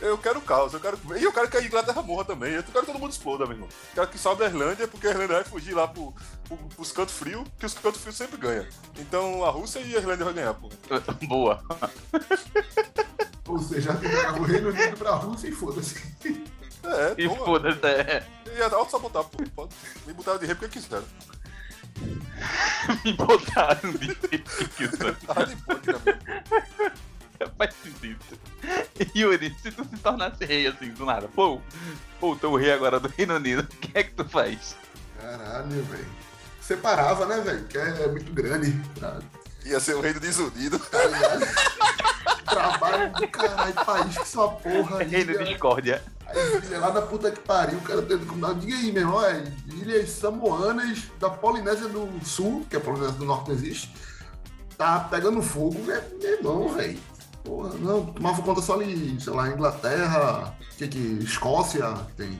Eu quero caos, eu quero. E eu quero que a Inglaterra morra também. Eu quero que todo mundo exploda, meu irmão. Quero que salve a Irlândia, porque a Irlândia vai fugir lá pro, pro, pros cantos frios, que os cantos frios sempre ganham. Então a Rússia e a Irlândia vai ganhar, pô. Boa. Ou seja, pegava o Reino Unido pra Rússia e foda-se. É, E toma. foda-se. é. E auto-sabotar, pô. Pode. Me botaram de rei porque quiseram. Me botaram de Dixon. Tá de boa aqui na minha boca. Faz sentido. Yuri, se tu se tornasse rei assim do nada, pô, pô, tu é o rei agora do Reino Unido, o que é que tu faz? Caralho, velho. Separava, né, velho? Que é muito grande. Tá Ia ser o reino desunido. tá ligado? Trabalho do caralho, país que sua porra. Reino ilha- de discórdia. Aí, filha, lá na puta que pariu, o cara tendo que mudar. Diga aí, meu irmão, é Ilhas Samoanas da Polinésia do Sul, que a Polinésia do Norte não existe, tá pegando fogo, é meu irmão, velho. Porra, não, tomava conta só ali, sei lá, Inglaterra, que que, Escócia, que tem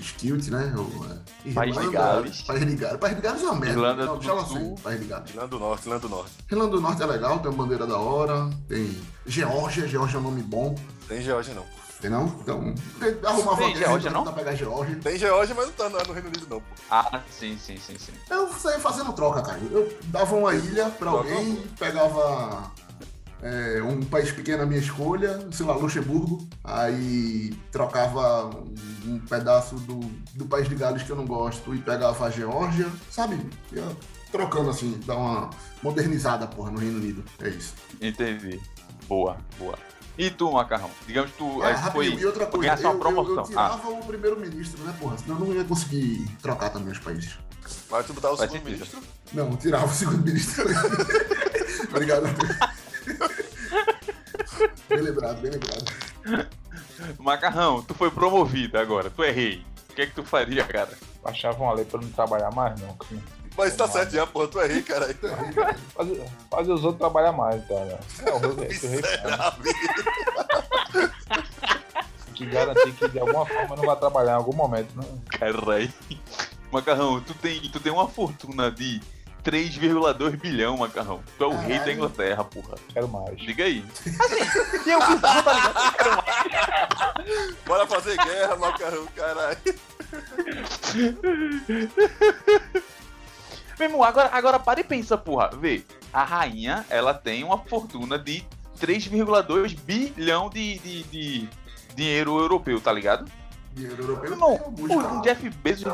os Kilt, né? O, é, País de Irlanda, Gales. País de Gales. País de Gales é uma merda. Irlanda não, do deixa ela assim, Sul. País de Gales. Irlanda do Norte, Irlanda do Norte. Irlanda do Norte é legal, tem uma bandeira da hora, tem Geórgia, Geórgia é um nome bom, Tem Geórgia, não. tem não? Então, tem, arrumava Tem alguém Geórgia, pra não? tentar pegar Geórgia. Tem Geórgia, mas não tá no no Reino Unido, não. pô. Ah, sim, sim, sim, sim. Eu saía fazendo troca, cara. Eu dava uma ilha pra alguém, pegava é, um país pequeno à minha escolha, sei lá, Luxemburgo. Aí trocava um pedaço do, do país de Gales que eu não gosto e pegava a Geórgia, sabe? Ia trocando assim, dar uma modernizada, porra, no Reino Unido. É isso. Entendi. Boa, boa. E tu, Macarrão? Digamos que tu Ah, aí tu rapidinho, foi e outra coisa, ganhasse eu, uma eu- eu, promoção. Ah, tirava o primeiro-ministro, né, porra? Senão eu não ia conseguir trocar também os países. Mas é tu botar o Faz segundo ministro. Não, eu tirava o segundo-ministro. Obrigado. bem lembrado, bem lembrado. Macarrão, tu foi promovido agora, tu é rei. O que é que tu faria, cara? Achava uma lei pra eu não trabalhar mais, né? não. cara. Mas tá certo já, porra. Tu é rei, caralho. Fazer, fazer os outros trabalhar mais, cara. É, o rei, o rei Miserável. que garantir que de alguma forma não vai trabalhar em algum momento, né? Caralho. Macarrão, tu tem, tu tem uma fortuna de 3,2 bilhão, Macarrão. Tu é o rei da Caralho. Inglaterra, porra. Quero mais. Diga aí. Assim, eu que tá ligado? Bora fazer guerra, macarrão, caralho. Meu irmão, agora, agora para e pensa, porra. Vê, a rainha, ela tem uma fortuna de 3,2 bilhão de, de, de dinheiro europeu, tá ligado? Dinheiro europeu. Meu irmão, é muito o barato. Jeff Bezos...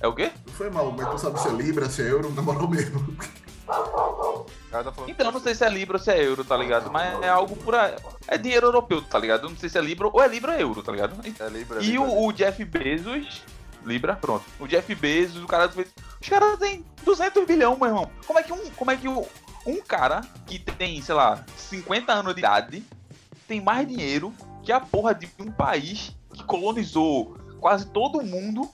É o quê? Foi mal, mas tu sabe se é Libra, se é euro, na moral mesmo. O cara tá falando. Então, eu não sei se é Libra ou se é Euro, tá ligado? Mas é algo por aí. É dinheiro europeu, tá ligado? Eu Não sei se é Libra ou é Libra ou Euro, tá ligado? É Libra, E Libra. o, o Jeff Bezos. Libra, pronto. O Jeff Bezos, o cara fez. Os caras têm 200 bilhão, meu irmão. Como é que um, como é que o- um cara que tem, sei lá, 50 anos de idade tem mais dinheiro que a porra de um país que colonizou quase todo mundo,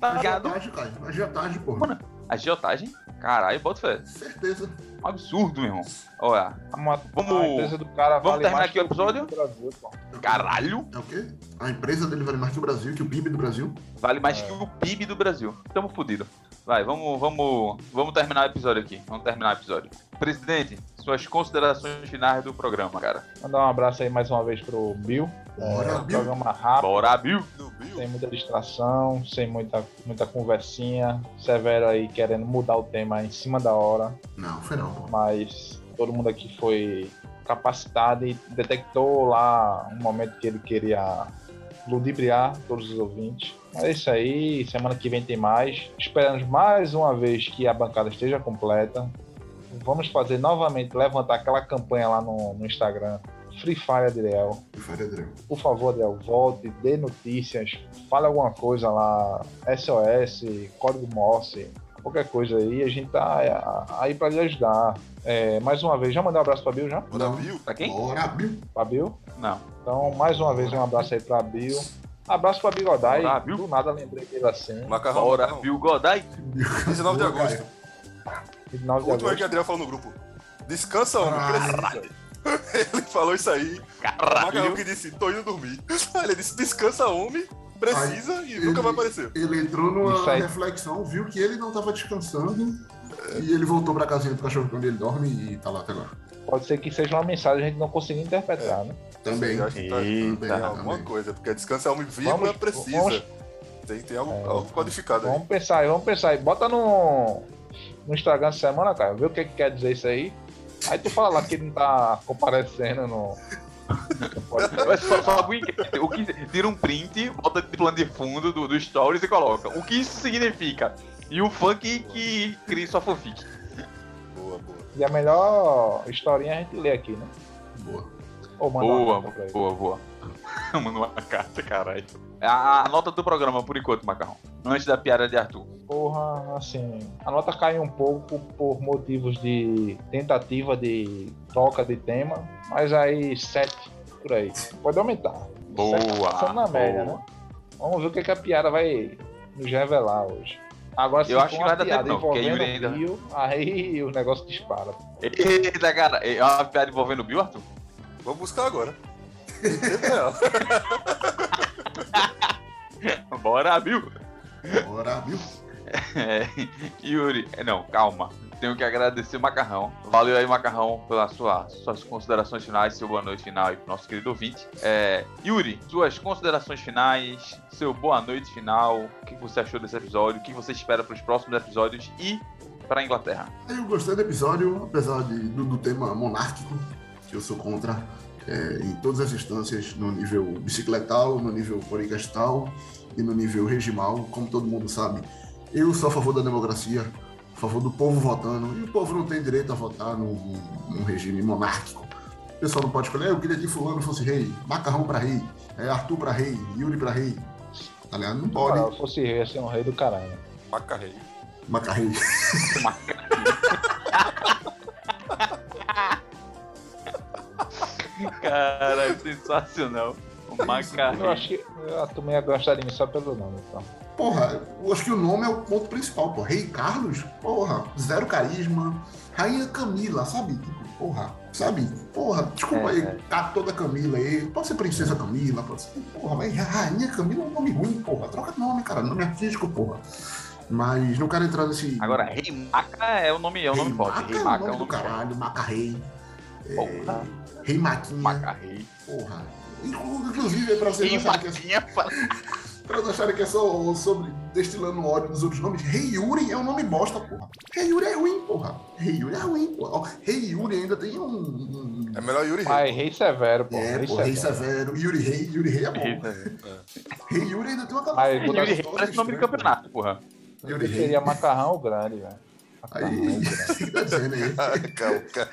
tá ligado? Agiotagem, é cara. Agiotagem, porra. Mano. Agiotagem? Caralho, bota fé. Certeza. Um absurdo, meu irmão. Olha. Uma, Vamos- a empresa do cara vamos vale terminar mais aqui o que PIB episódio? do Brasil, pô. Caralho, É o quê? A empresa dele vale mais que o Brasil, que o PIB do Brasil. vale mais É. que o PIB do Brasil. Tamo fudido. Vai, vamos, vamos, vamos terminar o episódio aqui. Vamos terminar o episódio. Presidente, suas considerações finais do programa, cara. Mandar um abraço aí mais uma vez pro Bill. Bora, É, Bill. Programa rápido. Bora, Bill. Do Bill. Sem muita distração, sem muita, muita conversinha. Severo aí querendo mudar o tema em cima da hora. Não, foi não, pô. Mas todo mundo aqui foi capacitado e detectou lá um momento que ele queria ludibriar todos os ouvintes. Mas é isso aí. Semana que vem tem mais. Esperamos mais uma vez que a bancada esteja completa. Vamos fazer novamente, levantar aquela campanha lá no, no Instagram. Free Fire Adriel Foi, Adriano. por favor, Adriel, volte, dê notícias, fale alguma coisa lá, SOS, código Morse, qualquer coisa aí, a gente tá é, aí pra lhe ajudar. É, mais uma vez, já mandei um abraço pra Bill já? Bora, Não. Bill. Pra Tá quem? Bora, Bill. Pra Bill? Não. Então, mais uma vez, um abraço aí pra Bill. Abraço pra Bigodai, Olá, Bill. do nada lembrei dele assim, Macarrão. Bora, macarrão. Bill Godai. 19 de Boa, cara. agosto. 29 O de último é agosto. que o Adriel falou no grupo. Descansa, homem. Ah. Precisa. Ele falou isso aí. O macarrão Caralho. que disse, tô indo dormir. Aí Ele disse, descansa, homem. Precisa e nunca vai aparecer. Ele entrou numa Isso aí. reflexão, viu que ele não tava descansando. E ele voltou pra casinha do cachorro quando ele dorme e tá lá até agora. Pode ser que seja uma mensagem que a gente não conseguiu interpretar, né? Também. Eu acho que tá- Eita. tem alguma coisa, porque descansa é homem vírgula, Vamos- precisa. vamos- Tem, tem algo, algo codificado aí. Vamos pensar aí, vamos pensar aí. Bota no, no Instagram essa semana, cara, vê o que, que quer dizer isso aí. Aí tu fala lá que ele não tá comparecendo no. no podcast. Mas fa- fa- o que- O que tira um print, bota de plano de fundo do, do um stories e coloca. O que isso significa? E o funk que cria sua fanfic. E a melhor historinha a gente lê aqui, né? Boa. Ou manda uma Boa, carta pra ele. boa, boa. Manda uma carta, caralho. A, a nota do programa, por enquanto, Macarrão. Antes da piada de Arthur. Porra, assim, a nota cai um pouco por motivos de tentativa de troca de tema, mas aí 7 por aí. Pode aumentar. Boa, Sete tá passando na boa. média, né? Vamos ver o que, é que a piada vai nos revelar hoje. Agora, se Eu for acho que uma vai dar piada tempo não, porque a envolvendo Yuri ainda- o Bill, aí o negócio dispara. Eita, cara. É uma piada envolvendo o Bill, Arthur? Vamos buscar agora. Entendeu? Bora, Bill. Bora, viu? É, Yuri, é, não, calma. Tenho que agradecer o Macarrão. Valeu aí, Macarrão, pelas sua, suas considerações finais, seu boa noite final e pro nosso querido ouvinte. É, Yuri, suas considerações finais, seu boa noite final, o que você achou desse episódio, o que você espera pros próximos episódios e pra Inglaterra. Eu gostei do episódio, apesar de- do, do tema monárquico, que eu sou contra é, em todas as instâncias, no nível bicicletal, no nível podcastal e no nível regimal, como todo mundo sabe. Eu sou a favor da democracia, a favor do povo votando, e o povo não tem direito a votar num, num regime monárquico. O pessoal não pode escolher, "Ah, eu queria que fulano fosse rei, macarrão pra rei, é, Arthur pra rei, Yuri pra rei. Tá ligado? Não Cara, pode. se fosse rei, ia ser um rei do caralho. Macarrei. Macarrei. Cara, sensacional. O Eu Macarrão. acho que a turma ia gostar de mim só pelo nome, então. Porra, eu acho que o nome é o ponto principal, pô. Rei Carlos, porra, zero carisma. Rainha Camila, sabe? Tipo, Porra, sabe? Porra, desculpa É, aí, é. tá toda Camila aí. Pode ser Princesa Camila, pode ser. Porra, mas Rainha Camila é um nome ruim, porra. Troca de nome, cara, nome artístico, porra. Mas não quero entrar nesse. Agora, Rei Maca é o nome, é o Rei nome forte. Maca Rei é o Maca é nome o do nome forte. caralho, Maca Rei. É, Porra. Rei Maquinha, Macarrei. porra. Inclusive, é pra vocês Rei acharem que é Maquinha. Pra não acharem que é só sobre destilando óleo nos outros nomes, Reiuri é um nome bosta, porra. Reiuri é ruim, porra. Reiuri é ruim, porra. Ó, Reiuri ainda tem um. um- É melhor Yuri Rei. Mas rei severo, pô. É, rei porra, Rei severo. Severo, Yuri Rei, Yuri Rei é bom. Reiuri ainda tem uma Aí, uma Yuri Rei história parece nome de estranha, campeonato, porra. porra. Eu Yuri Rei. preferia macarrão ou grande, velho. Macarrão Aí, grande. né? que tá dizendo aí? Calma, cara.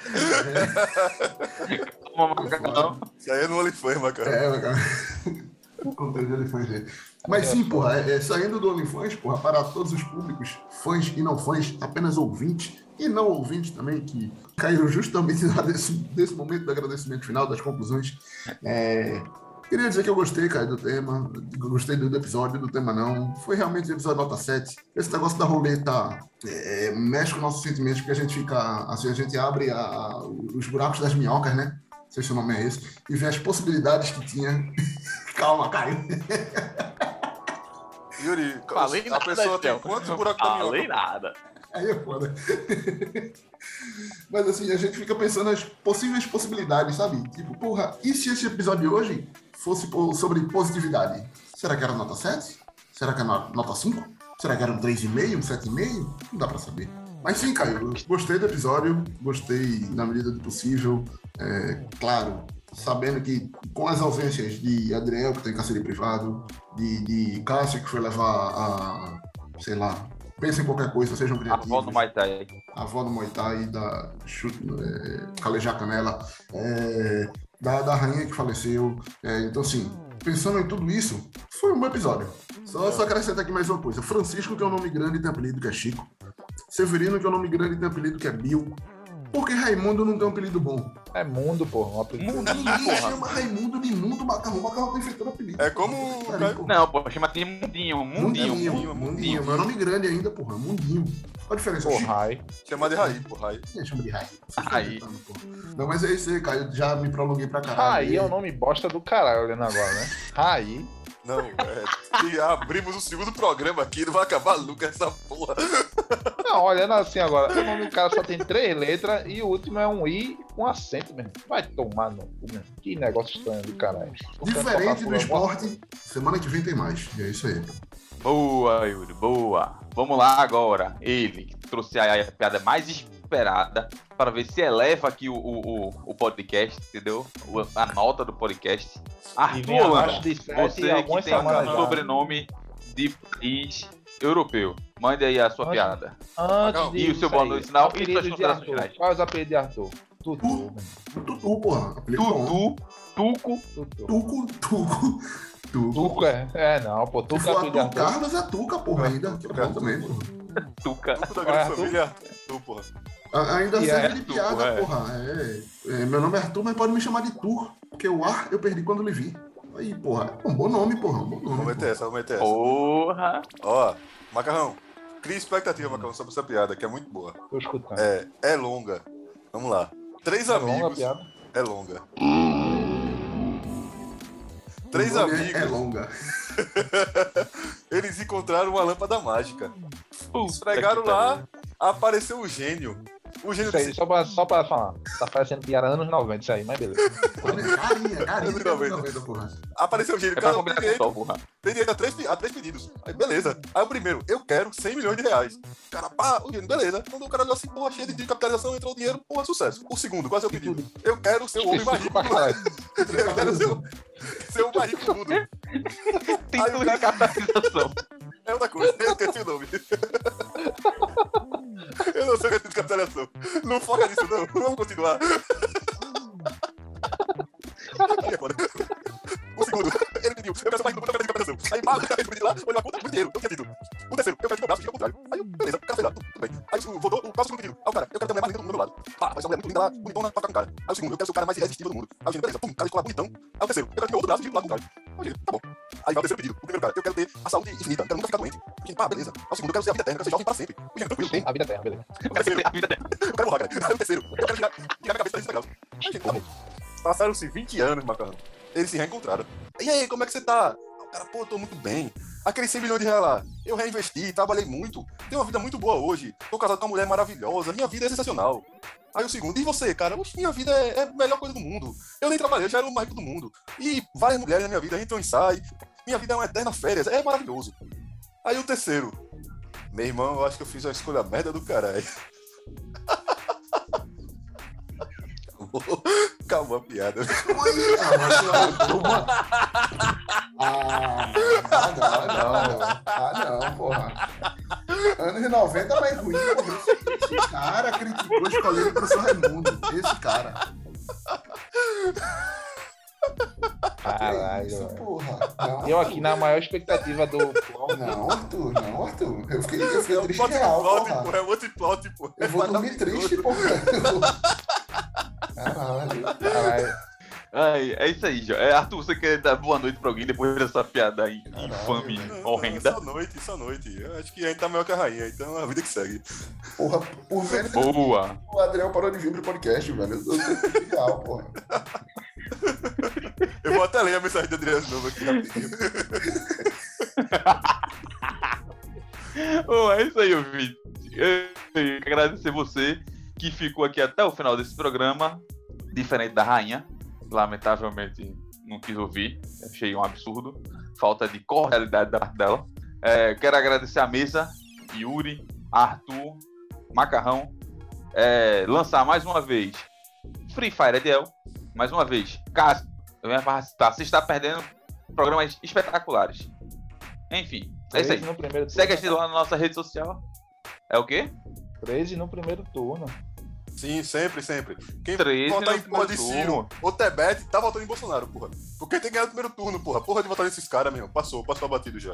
Uma Macarrão. Isso aí é no OnlyFans, cara. É, mas, cara. Conteúdo de OnlyFans dele. Mas sim, porra, é, é, saindo do OnlyFans, porra, para todos os públicos, fãs e não fãs, apenas ouvintes e não ouvintes também, que caíram justamente na- desse, desse momento do agradecimento final, das conclusões. É, queria dizer que eu gostei, cara, do tema, gostei do do episódio, do tema não. Foi realmente o episódio nota 7. Esse negócio da roleta é, mexe com nossos sentimentos, porque a gente fica, assim, a gente abre a- os buracos das minhocas, né? Não sei se o nome é esse, e ver as possibilidades que tinha. Calma, caiu. É. Yuri, Falei a nada, pessoa tem Théo. quantos buracos na Falei minhoca? Ah, nada. Aí é foda. Mas assim, a gente fica pensando nas possíveis possibilidades, sabe? Tipo, porra, e se esse episódio de hoje fosse po- sobre positividade? Será que era nota 7? Será que era no- nota 5? Será que era um 3,5, um 7,5? Não dá pra saber. Mas sim, Caio, eu gostei do episódio, gostei na medida do possível. É, claro, sabendo que com as ausências de Adriel, que tem cárcere privado, de, de Cássio, que foi levar a. sei lá. Pensa em qualquer coisa, sejam A criativos volta do Muay Thai. a avó do Moitai, da chu- é, Calejar Canela, é, da, da rainha que faleceu. É, então, assim, pensando em tudo isso, foi um bom episódio. Só, só acrescentar aqui mais uma coisa: Francisco, que é um nome grande e tem apelido que é Chico. Severino, que é um nome grande e tem apelido que é Bill. Por que Raimundo não tem um apelido bom? É mundo, porra. Um apelido. Mundo, Ninguém porra. chama Raimundo de Mundo Macarrão. Macarrão tá enfrentando apelido. É como o Aí, Caio- porra. Não, porra, chama de Mundinho, Mundinho. Mundinho, Mundinho. Mundinho, Mundinho. Meu nome grande ainda, porra. Mundinho. Qual a diferença? Chico? Porra, aí. Chamar de Raí, pô, Raí. Quem chama de Rai? Rai. Não, mas é isso aí, cara. Eu já me prolonguei pra caralho. Raí é um nome bosta do caralho olhando agora, né? Raí. Não, é. E abrimos o segundo programa aqui, não vai acabar nunca essa porra. Não, olhando assim agora, o nome do cara só tem três letras e o último é um I com acento mesmo. Vai tomar no cu, meu. Que negócio estranho do caralho. Diferente do esporte, semana que vem tem mais. E é isso aí. Boa, Yuri, boa. Vamos lá agora. Ele que trouxe a, a piada mais esperada para ver se eleva aqui o, o, o, o podcast, entendeu? O- a nota do podcast. E Arthur vem abaixo Holanda, de sete e você que algumas tem um semanas já. sobrenome de país europeu. Mande aí a sua Olha. piada. Antes Não, de e o seu isso boa aí, noite, sinal, e apelido suas de considerações Arthur. finais. Qual é os apelidos de Arthur? Tutu. né? Tutu, porra. Aplicou. Tutu, Tuco, Tutu. Tuco, Tuco, Tuco. Tuco é? É, não, pô. Se Tuco é for apelido de Arthur Arthur. Carlos, é Tuca, porra, ainda. Que bom também, porra. Tuca. Tudo da grande Arthur? família é Arthur, porra. A- Ainda E serve de Arthur, piada, é. porra. É, é, meu nome é Arthur, mas pode me chamar de Tur, porque o ar eu perdi quando lhe vi. Aí, porra, é um bom nome, porra. é Um bom nome. Vamos porra. meter essa, vamos meter essa. Porra. Ó, Macarrão, cria expectativa, Macarrão, sobre essa piada, que é muito boa. Tô escutando. É, é longa. Vamos lá. Três É longa a amigos. piada. é longa. Três O nome é- amigos, É longa. eles encontraram uma lâmpada mágica. Puta Esfregaram que pariu. lá, apareceu o gênio. O gênio Isso aí, disse, só pra, só pra falar. Tá parecendo piada anos 90 isso aí, mas beleza. Carinha, carinha. Eu não vejo. carinha, porra. apareceu o gênio, É pra cada um tem combinar com o direito, sol, porra. tem direito a três, pe- a três pedidos. Aí, beleza. Aí o primeiro, eu quero 100 milhões de reais. O cara, pá, o gênio, beleza. Quando o cara deu assim, porra, cheio de capitalização, entrou o dinheiro, porra, sucesso. O segundo, qual é o seu pedido? Eu quero ser o homem mais um rico Específico pra do mundo. caralho. Eu quero ser um o, ser o mais rico do mundo. Título de capitalização. É outra coisa, eu esqueci o nome. eu não sei o que é capitalização. Não foca nisso, não. Vamos continuar. Aqui é foda. O segundo, ele pediu, eu quero ser mais um rico do mundo, eu quero ser capitalização. Aí, pá, eu pedi lá, olhou na conta, muito dinheiro, não tinha tido. O terceiro, eu quero meu braço, fica ao contrário. Aí, eu, beleza, o cara fez lá, tudo bem. Aí, o votou, o próximo pedido. Aí, o cara, eu quero ter a mulher mais linda do mundo do meu lado. Pá, mas a mulher muito linda lá, bonitona, pra ficar com o cara. Aí, o segundo, eu quero ser o cara mais irresistível do mundo. Aí, o segundo, beleza, pum, cara, escola bonitão. Aí, o terceiro, eu quero ter meu outro braço, fica do lado do cara. Aí, o gênio, tá bom. Aí vai o terceiro pedido. O primeiro cara, eu quero ter a saúde infinita, eu quero nunca ficar doente. O Gente, pá, beleza. Aí o segundo, eu quero ser a vida eterna, eu quero ser jovem pra sempre. O gente, tranquilo, tem. A vida é terra, beleza. O terceiro, né? eu quero morrer, cara. é um Aí o terceiro, eu quero girar, girar minha cabeça 360 graus. Aí, gente, tá bom. Passaram-se 20 anos, macarrão. Eles se reencontraram. E aí, como é que você tá? O cara, pô, tô muito bem. Aqueles 100 milhões de reais lá, eu reinvesti, trabalhei muito, tenho uma vida muito boa hoje, tô casado com uma mulher maravilhosa, minha vida é sensacional. Aí o segundo, e você, cara? Oxe, minha vida é, é a melhor coisa do mundo. Eu nem trabalhei, eu já era o mais rico do mundo. E várias mulheres na minha vida entram e saem. Minha vida é uma eterna férias, é maravilhoso. Aí o terceiro, meu irmão, eu acho que eu fiz uma escolha merda do caralho. Acabou. Acabou a piada. Ah, mas eu- Ah, não, não, não. Ah, não, porra. Anos 90 é mais ruim. porra. Esse cara criticou escolhendo o professor Raimundo. Esse cara. é Que Caralho. isso, velho. porra. Não, Eu aqui na maior expectativa do Não, Arthur, não, Arthur. Eu fiquei, eu fiquei É um triste plot real, plot, porra. porra. É outro plot, porra. Eu vou um dormir triste, porra. Caralho. caralho. Ai, é isso aí, Jó. É, Arthur, você quer dar boa noite pra alguém depois dessa piada aí, Caralho, infame, velho. horrenda? Só noite, só noite. Eu acho que a gente tá melhor que a rainha, então é a vida que segue. Porra, por ver Boa. o Adriel parou de vir pro podcast, velho. Eu tô triste real, porra. Eu vou até ler a mensagem do Adriano de novo aqui rapidinho. Bom, é isso aí, ouvinte. Eu quero agradecer você que ficou aqui até o final desse programa, diferente da rainha. Lamentavelmente, não quis ouvir. Achei um absurdo. Falta de cordialidade da parte dela. É, quero agradecer a mesa, Yuri, Arthur, Macarrão. É, lançar mais uma vez Free Fire Ediel. Mais uma vez, Cássio. Eu ia citar, você está perdendo programas espetaculares. Enfim, é isso aí. Crazy no primeiro turno. Segue a gente lá na nossa rede social. É o quê? Crazy no primeiro turno. Sim, sempre, sempre. Quem 13 votar no em porra de primeiro Ciro ou Tebet tá votando em Bolsonaro, porra. Porque tem que ganhar no primeiro turno, porra. Porra de votar nesses caras, meu. Passou, passou abatido já.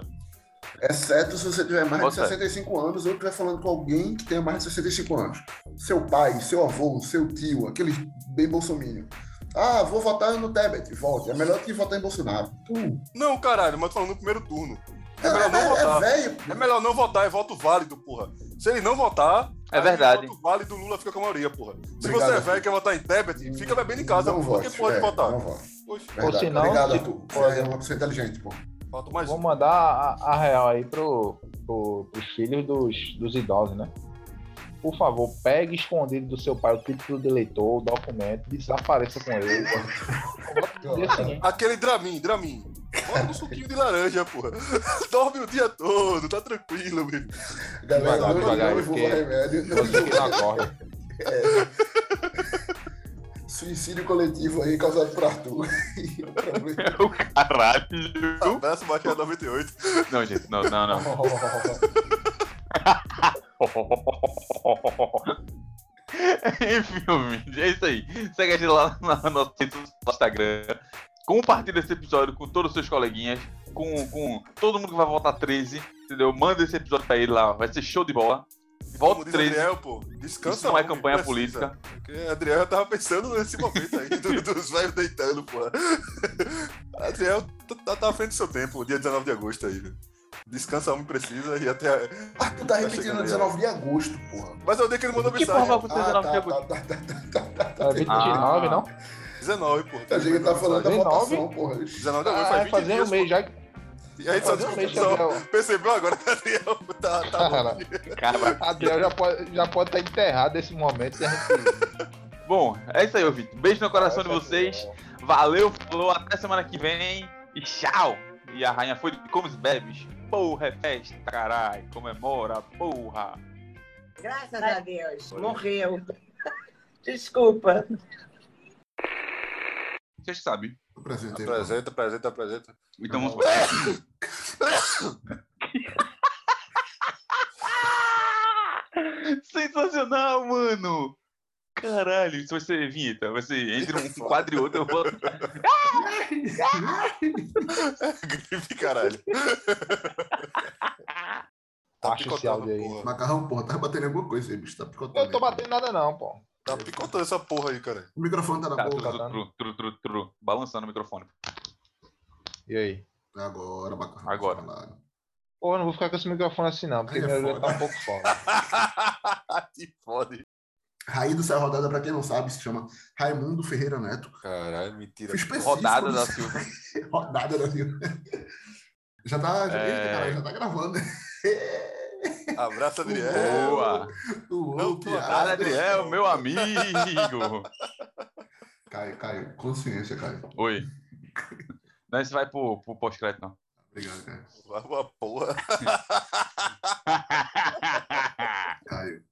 Exceto se você tiver mais Nossa. de 65 anos ou estiver falando com alguém que tenha mais de 65 anos. Seu pai, seu avô, seu tio, aquele bem bolsominion. Ah, vou votar no Tebet. Volte. É melhor que votar em Bolsonaro. Tu- Não, caralho, mas tô falando no primeiro turno. É É, melhor não votar. é, velho. É melhor não votar, é voto válido, porra. Se ele não votar, É aí verdade. voto válido, Lula fica com a maioria, porra. Se Obrigado, você é velho Arthur. e quer votar em Tebet, fica bebendo em casa, Não porra, porque vote, pode é, votar. Não vote. Poxa, Verdade. senão, Obrigado, tipo, Arthur. por Você é exemplo- uma pessoa inteligente, pô. falta mais Vou um. mandar a, a real aí pro, pro, pros filhos dos, dos idosos, né? Por favor, pegue escondido do seu pai o título de eleitor, o documento, desapareça com ele. assim, No dia seguinte, Aquele Dramin, Dramin. Bota um suquinho de laranja, porra. Dorme o dia todo, tá tranquilo, meu. Galera, Devagar, não devagar, divulga porque- remédio. não você que não acorda. divulga. Suicídio coletivo aí causado por Arthur. O problema- O caralho. Abraço, Baixada 98. Não, gente, não, não, não. Enfim, ouvintes, é isso aí. Segue a gente lá no nosso Instagram. Compartilha esse episódio com todos os seus coleguinhas, com, com todo mundo que vai voltar 13, entendeu? Manda esse episódio pra ele lá, vai ser show de bola. Como Volta diz 13. Adriel, pô. Descansa. Isso não é homem, campanha precisa. política. Porque Adriel já tava pensando nesse momento aí, do- dos velhos deitando, pô. Adriel tá, tá- tá à frente do seu tempo, dia 19 de agosto aí, viu? Descansa, homem precisa e até. Arthur tá repetindo chegando no aí, 19 de agosto, porra. Mas eu dei que ele mandou Que mensagem. porra você Ah, não tá, pegou? tá, tá, tá, tá, tá, tá. É 29, não? 19, pô. Eu achei que ele tava tá falando da 19? votação, porra. 19 de agosto, faz Ah, vai 20 fazer dias, um mês já. que- pô. E aí só Fazer um mês, descobriu. Gabriel. Percebeu agora que Adriel tá. tá Cara. bom. Cara, Adriel já pode, já pode estar enterrado esse momento. e a gente- bom, é isso aí, ouvinte. Beijo no coração de vocês. Valeu, falou, até semana que vem. E tchau! E a rainha foi de comes e bebes. Porra, é festa, caralho. Comemora, porra. Graças a Deus. Morreu. Desculpa. Vocês sabem. Prazer, ter- Apresenta, apresenta, apresenta. Então Não. vamos. Sensacional, mano! Caralho, isso vai ser vinheta. Vai ser entre um quadro e outro. Eu vou... Gripe, caralho. Tá Acho esse picotando, áudio aí. porra. Macarrão, porra, tá batendo em alguma coisa aí, bicho. Tá picotando. Eu não tô aí. batendo nada, não, pô. Tá picotando essa porra aí, cara. O microfone tá na Tá, tru, boca. tru, tru, tru, tru, tru. Balançando o microfone. E aí? né, Agora, macarrão. Agora. Caralho. Pô, eu não vou ficar com esse microfone assim, não, porque Aí é meu orelha tá foda. um pouco foda. Te fode. Raí do Céu Rodada, pra quem não sabe, se chama Raimundo Ferreira Neto. Caralho, mentira. Fui específico. Rodada da nisso. Silva. Rodada da Silva. Já tá, já, É. eita, caralho, já tá gravando, né? Abraço, Adriel. Boa! O Não, ô, tu piada. Cara, Adriel, meu amigo! Caio, Caio, consciência, Caio. Oi. Não, isso vai pro, pro pós-crédito, não. Obrigado, Caio. Vai uma porra.